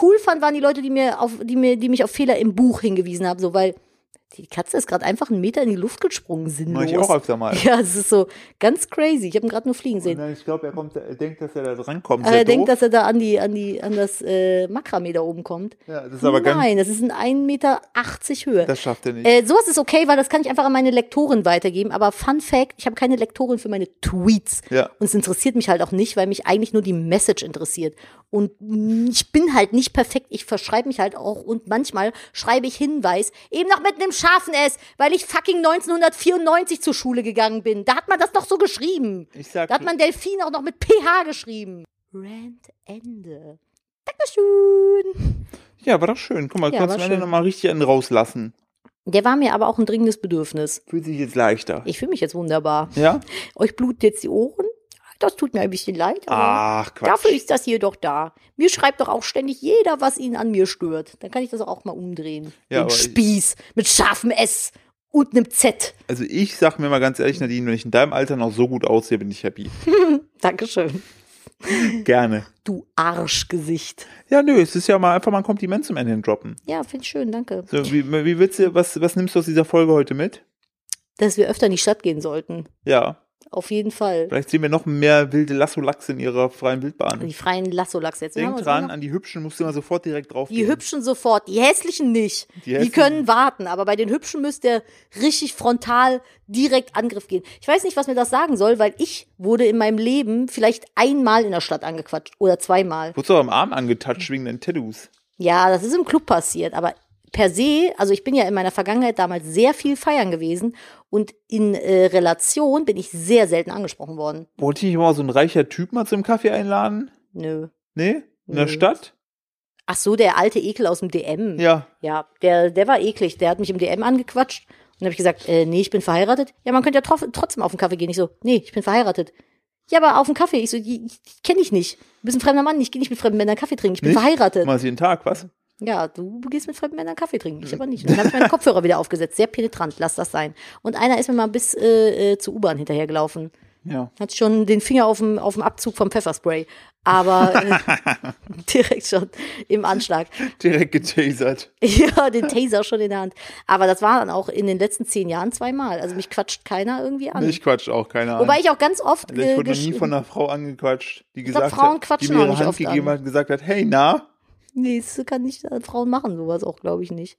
B: cool fand, waren die Leute, die mir auf, die mir, die mich auf Fehler im Buch hingewiesen haben, so weil die Katze ist gerade einfach einen Meter in die Luft gesprungen,
A: Mach
B: sinnlos.
A: ich auch öfter mal.
B: ja, es ist so ganz crazy. Ich habe ihn gerade nur fliegen
A: Und
B: sehen.
A: dann, ich glaube, er, kommt, er denkt, dass er da drankommt.
B: Aber er
A: Sehr
B: Äh, denkt,
A: doof.
B: dass er da an die, an die, an das äh, Makramee da oben kommt.
A: ja, das ist aber ganz,
B: Nein, das ist ein 1,80 Meter Höhe.
A: das schafft er nicht.
B: Äh, sowas ist okay, weil das kann ich einfach an meine Lektorin weitergeben. Aber Fun Fact, ich habe keine Lektorin für meine Tweets.
A: Ja.
B: Und es interessiert mich halt auch nicht, weil mich eigentlich nur die Message interessiert. Und mm, ich bin halt nicht perfekt. Ich verschreibe mich halt auch. Und manchmal schreibe ich Hinweis, eben noch mit einem scharfen S, weil ich fucking 1994 zur Schule gegangen bin. Da hat man das doch so geschrieben.
A: ich sag,
B: Da hat man Delfin auch noch mit PH geschrieben. Rant Ende. Dankeschön.
A: ja, war doch schön. Guck mal,
B: Ja,
A: kannst
B: war
A: du am Ende
B: schön.
A: nochmal richtig einen rauslassen.
B: Der war mir aber auch ein dringendes Bedürfnis.
A: Fühlt sich jetzt leichter.
B: Ich fühle mich jetzt wunderbar.
A: ja?
B: Euch bluten jetzt die Ohren? Das tut mir ein bisschen leid, aber
A: Ach, Quatsch.
B: dafür ist das hier doch da. Mir schreibt doch auch ständig jeder, was ihn an mir stört. Dann kann ich das auch mal umdrehen.
A: Ja,
B: Den
A: aber ich-
B: Spieß mit scharfem S und einem Z.
A: Also ich sag mir mal ganz ehrlich, Nadine, wenn ich in deinem Alter noch so gut aussehe, bin ich happy.
B: Dankeschön.
A: Gerne.
B: Du Arschgesicht.
A: Ja, nö, es ist ja mal einfach mal ein Kompliment zum Ende hin droppen.
B: Ja, finde ich schön, danke.
A: So, wie, wie willst du, was, was nimmst du aus dieser Folge heute mit?
B: Dass wir öfter in die Stadt gehen sollten.
A: Ja,
B: Auf jeden Fall.
A: vielleicht sehen wir noch mehr wilde Lasso-Lachse in ihrer freien Wildbahn.
B: Die freien Lassolachs jetzt. Wir haben
A: Denk
B: uns
A: dran,
B: immer noch-
A: an die Hübschen musst du immer sofort direkt drauf
B: Die Hübschen sofort, die Hässlichen nicht.
A: Die
B: Die,
A: Hässlichen-
B: können warten, aber bei den Hübschen müsst ihr richtig frontal direkt Angriff gehen. Ich weiß nicht, was mir das sagen soll, weil ich wurde in meinem Leben vielleicht einmal in der Stadt angequatscht oder zweimal.
A: Wurdest du auch am Arm angetatscht wegen den Tattoos?
B: Ja, das ist im Club passiert, aber per se, also ich bin ja in meiner Vergangenheit damals sehr viel feiern gewesen und in äh, Relation bin ich sehr selten angesprochen worden.
A: Wollte ich mal so ein reicher Typ mal zum Kaffee einladen?
B: Nö.
A: Nee? In der
B: Nee.
A: Stadt?
B: Ach so, der alte Ekel aus dem DM.
A: Ja.
B: Ja, der, der war eklig. Der hat mich im DM angequatscht. Und dann habe ich gesagt, äh, nee, ich bin verheiratet. Ja, man könnte ja trof- trotzdem auf den Kaffee gehen. Ich so, nee, ich bin verheiratet. Ja, aber auf den Kaffee. Ich so, die- ich kenne dich nicht. Du bist ein fremder Mann. Ich gehe nicht mit fremden Männern Kaffee trinken. Ich bin
A: Nicht?
B: verheiratet.
A: Mal jeden Tag, was?
B: Ja, du gehst mit fremden Männern Kaffee trinken. Ich aber nicht. Und dann habe ich meine Kopfhörer wieder aufgesetzt. Sehr penetrant. Lass das sein. Und einer ist mir mal bis äh, äh, zur U-Bahn hinterhergelaufen.
A: Ja.
B: Hat schon den Finger auf dem, auf dem Abzug vom Pfefferspray. Aber äh, direkt schon im Anschlag.
A: Direkt getasert.
B: Ja, den Taser schon in der Hand. Aber das war dann auch in den letzten zehn Jahren zweimal. Also mich quatscht keiner irgendwie an.
A: Ich quatsch auch, keine Ahnung.
B: Wobei ich auch ganz oft
A: Also ich
B: äh,
A: wurde noch nie
B: gesch-
A: von einer Frau angequatscht, die
B: glaub,
A: gesagt
B: Frauen
A: hat, die
B: quatschen
A: mir
B: auch
A: ihre
B: nicht
A: Hand
B: oft
A: gegeben
B: an.
A: hat, gesagt hat, hey, na?
B: Nee, das kann nicht äh, Frauen machen sowas auch, glaube ich nicht.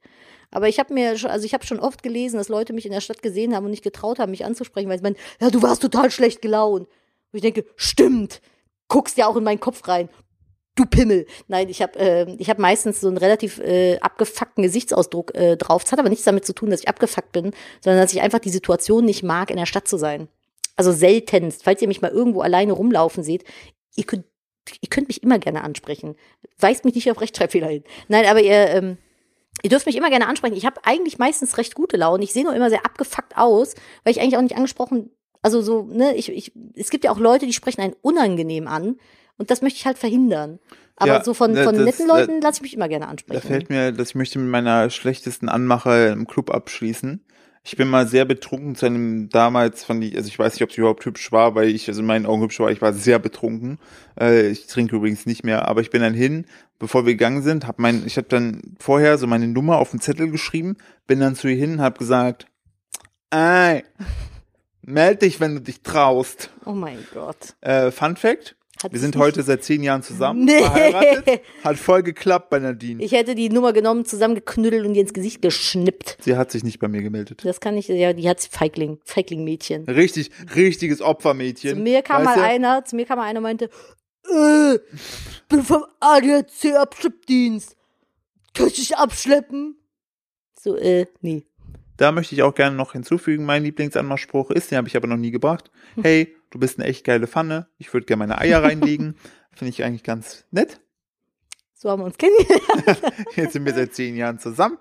B: Aber ich habe mir schon, also ich habe schon oft gelesen, dass Leute mich in der Stadt gesehen haben und nicht getraut haben, mich anzusprechen, weil sie meinen, ja, du warst total schlecht gelaunt. Und ich denke, stimmt. Guckst ja auch in meinen Kopf rein. Du Pimmel. Nein, ich habe äh, ich habe meistens so einen relativ äh, abgefuckten Gesichtsausdruck äh, drauf. Das hat aber nichts damit zu tun, dass ich abgefuckt bin, sondern dass ich einfach die Situation nicht mag, in der Stadt zu sein. Also seltenst. Falls ihr mich mal irgendwo alleine rumlaufen seht, ihr könnt ihr könnt mich immer gerne ansprechen. Weist mich nicht auf Rechtschreibfehler hin. Nein, aber ihr, ähm, ihr dürft mich immer gerne ansprechen. Ich habe eigentlich meistens recht gute Laune. Ich sehe nur immer sehr abgefuckt aus, weil ich eigentlich auch nicht angesprochen, also so, ne, ich, ich, es gibt ja auch Leute, die sprechen einen unangenehm an und das möchte ich halt verhindern. Aber
A: Ja,
B: so von,
A: ne,
B: von
A: das-
B: netten Leuten lasse ich mich immer gerne
A: Da
B: ansprechen.
A: fällt mir, dass ich möchte mit meiner schlechtesten Anmache im Club abschließen. Ich bin mal sehr betrunken zu einem, damals fand ich, also ich weiß nicht, ob es überhaupt hübsch war, weil ich, also in meinen Augen hübsch war, ich war sehr betrunken. Äh, ich trinke übrigens nicht mehr, aber ich bin dann hin, bevor wir gegangen sind, hab mein, ich habe dann vorher so meine Nummer auf den Zettel geschrieben, bin dann zu ihr hin, hab gesagt, ey, meld dich, wenn du dich traust.
B: oh mein Gott.
A: Äh, Fun Fact,
B: Hat
A: wir
B: es
A: sind
B: nicht-
A: heute seit zehn Jahren zusammen,
B: Nee.
A: verheiratet, hat voll geklappt bei Nadine.
B: Ich hätte die Nummer genommen, zusammengeknüttelt und ihr ins Gesicht geschnippt.
A: Sie hat sich nicht bei mir gemeldet.
B: Das kann ich, ja, die hat's Feigling, Feigling-Mädchen.
A: Richtig, richtiges
B: Zu
A: Opfermädchen.
B: mir kam
A: Weißt
B: mal
A: du?
B: einer, zu mir kam mal einer und meinte, äh, bin vom ADAC Abschleppdienst. Kannst du dich abschleppen? So, äh, nee.
A: Da möchte ich auch gerne noch hinzufügen, mein
B: Hm.
A: Lieblingsanmachspruch ist, den habe ich aber noch nie gebracht. Hey, du bist eine echt geile Pfanne, ich würde gerne meine Eier reinlegen. Finde ich eigentlich ganz nett.
B: So haben wir uns kennengelernt.
A: Jetzt sind wir seit zehn Jahren zusammen,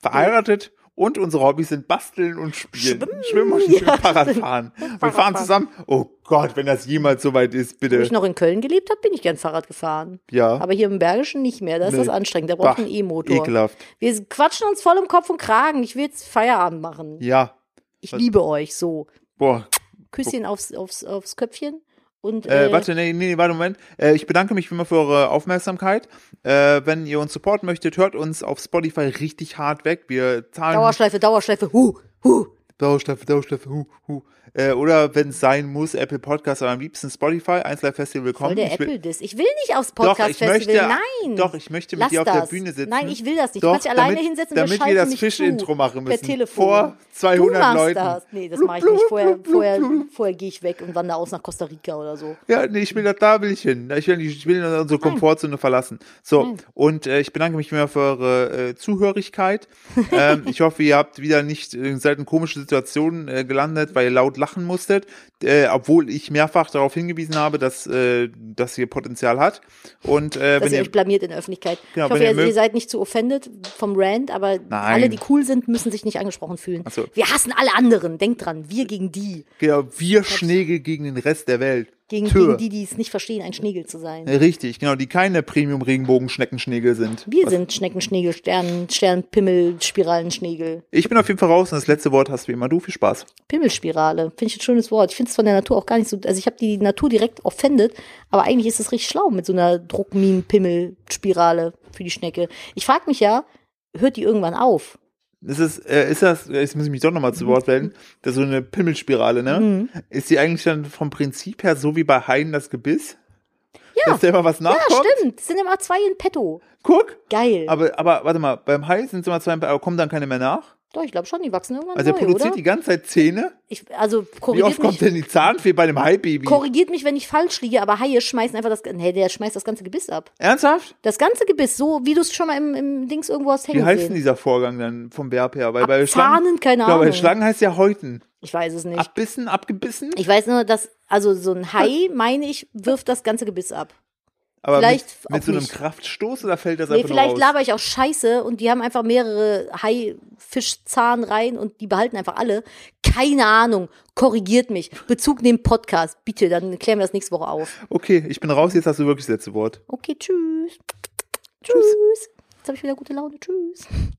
A: verheiratet und unsere Hobbys sind Basteln und Spielen.
B: Schwimmen.
A: Schwimmen und
B: Ja.
A: Fahrradfahren. Wir fahren
B: Fahrradfahren.
A: zusammen. Oh Gott, wenn das jemals soweit ist,
B: Wo
A: bitte.
B: ich noch in Köln gelebt habe, bin ich gern Fahrrad gefahren.
A: Ja,
B: Aber hier im Bergischen nicht mehr. Da ist
A: Nee.
B: das anstrengend. Da braucht
A: Bah,
B: man einen E-Motor.
A: ekelhaft.
B: Wir quatschen uns voll im Kopf und Kragen. Ich will jetzt Feierabend machen.
A: Ja,
B: Ich liebe euch so.
A: boah.
B: Küsschen aufs, aufs, aufs Köpfchen. Und
A: Äh,
B: äh,
A: warte, nee, nee, nee, warte, Moment. Äh, ich bedanke mich wie immer für eure Aufmerksamkeit. Äh, wenn ihr uns supporten möchtet, hört uns auf Spotify richtig hart weg. Wir zahlen
B: Dauerschleife, Dauerschleife, hu, hu.
A: Dauerschleife, Dauerschleife, hu, hu. Äh, oder wenn es sein muss, Apple Podcast, aber am liebsten Spotify, 1 Live Festival willkommen.
B: Voll der
A: ich will,
B: Apple-Diss. Ich will nicht aufs
A: doch, ich möchte,
B: Podcast-Festival. Nein.
A: Doch, ich möchte mit
B: Lass
A: dir auf der
B: das.
A: Bühne sitzen.
B: Nein, ich will das nicht.
A: Doch,
B: du kannst dich alleine
A: damit,
B: hinsetzen und
A: Damit wir
B: schalten
A: das
B: mich
A: Fisch-Intro
B: zu.
A: machen müssen.
B: Per Telefon.
A: Vor 200
B: du machst
A: Leuten.
B: Das. Nee, das
A: Blub,
B: mache ich nicht.
A: blub,
B: Vorher,
A: blub, blub,
B: vorher,
A: blub.
B: vorher gehe ich weg und wandere aus nach Costa Rica oder so.
A: Ja, nee, ich will da, da will ich hin. Ich will, nicht- ich will unsere Komfortzone verlassen. So, und äh, ich bedanke mich mehr für eure äh, Zuhörigkeit. ähm, ich hoffe, ihr habt wieder nicht, äh, seid in komischen Situationen äh, gelandet, weil ihr laut lachen musstet, äh, obwohl ich mehrfach darauf hingewiesen habe, dass äh, das hier Potenzial hat. Und äh,
B: Dass
A: wenn
B: ihr
A: ihr,
B: euch blamiert in der Öffentlichkeit.
A: Genau,
B: ich hoffe,
A: wenn ihr
B: ihr,
A: mögt-
B: ihr seid nicht zu offended vom Rand, aber alle, die cool sind, müssen sich nicht angesprochen fühlen.
A: Ach so.
B: Wir hassen alle anderen. Denkt dran, wir gegen die.
A: genau, wir Schnegel gegen den Rest der Welt.
B: Gegen,
A: Tür.
B: gegen die, die es nicht verstehen, ein Schnegel zu sein.
A: Richtig, genau, die keine Premium-Regenbogen-Schneckenschnegel sind.
B: Wir sind Schnecken, Schnegel, Sternen, Sternpimmel, Spiralen, Schnegel.
A: Ich bin auf jeden Fall raus und das letzte Wort hast wie immer du. Viel Spaß.
B: Pimmelspirale. Finde ich ein schönes Wort. Ich finde es von der Natur auch gar nicht so. Also ich habe die Natur direkt offendet, aber eigentlich ist es richtig schlau mit so einer Druckmin-Pimmel-Spirale für die Schnecke. Ich frage mich ja, hört die irgendwann auf?
A: Ist es, äh, ist das, jetzt muss ich mich doch nochmal zu Wort melden, das ist so eine Pimmelspirale, ne?
B: Mhm.
A: Ist die eigentlich dann vom Prinzip her so wie bei Haien das Gebiss? Ja. Dass da immer was
B: Ja,
A: nachkommt?
B: stimmt. Es sind immer zwei in petto.
A: Guck!
B: Geil.
A: Aber, aber warte mal, beim Hai sind es immer zwei, aber kommen dann keine mehr nach?
B: Doch, ich glaube schon, die wachsen irgendwann
A: Also er
B: neu,
A: produziert
B: oder?
A: die ganze Zeit Zähne.
B: Ich, also
A: Wie oft
B: korrigiert
A: kommt
B: mich,
A: denn die Zahnfee bei dem Hai-Baby?
B: korrigiert mich, wenn ich falsch liege, aber Haie schmeißen einfach das... Nee, der schmeißt das ganze Gebiss ab.
A: Ernsthaft?
B: Das ganze Gebiss, so wie du es schon mal im, im Dings irgendwo hast
A: Wie
B: hängen
A: heißt denn
B: gesehen.
A: dieser Vorgang dann vom Verb her? Weil bei Schlangen,
B: Abzahnen? Keine
A: Ja, bei
B: Ahnung.
A: Schlangen heißt ja häuten.
B: Ich weiß es nicht.
A: Abbissen, abgebissen?
B: Ich weiß nur, dass, also so ein Hai, meine ich, wirft das ganze Gebiss ab.
A: aber
B: vielleicht
A: mit, mit
B: auch
A: so einem
B: nicht.
A: Kraftstoß oder fällt das
B: Nee,
A: einfach nur
B: vielleicht
A: raus?
B: laber ich auch Scheiße und die haben einfach mehrere Hai-Fischzahn rein und die behalten einfach alle. Keine Ahnung. Korrigiert mich. Bezug nehmen Podcast. Bitte, dann klären wir das nächste Woche auf.
A: Okay, ich bin raus, jetzt hast du wirklich das letzte Wort.
B: Okay, tschüss. Tschüss. Jetzt habe ich wieder gute Laune. Tschüss.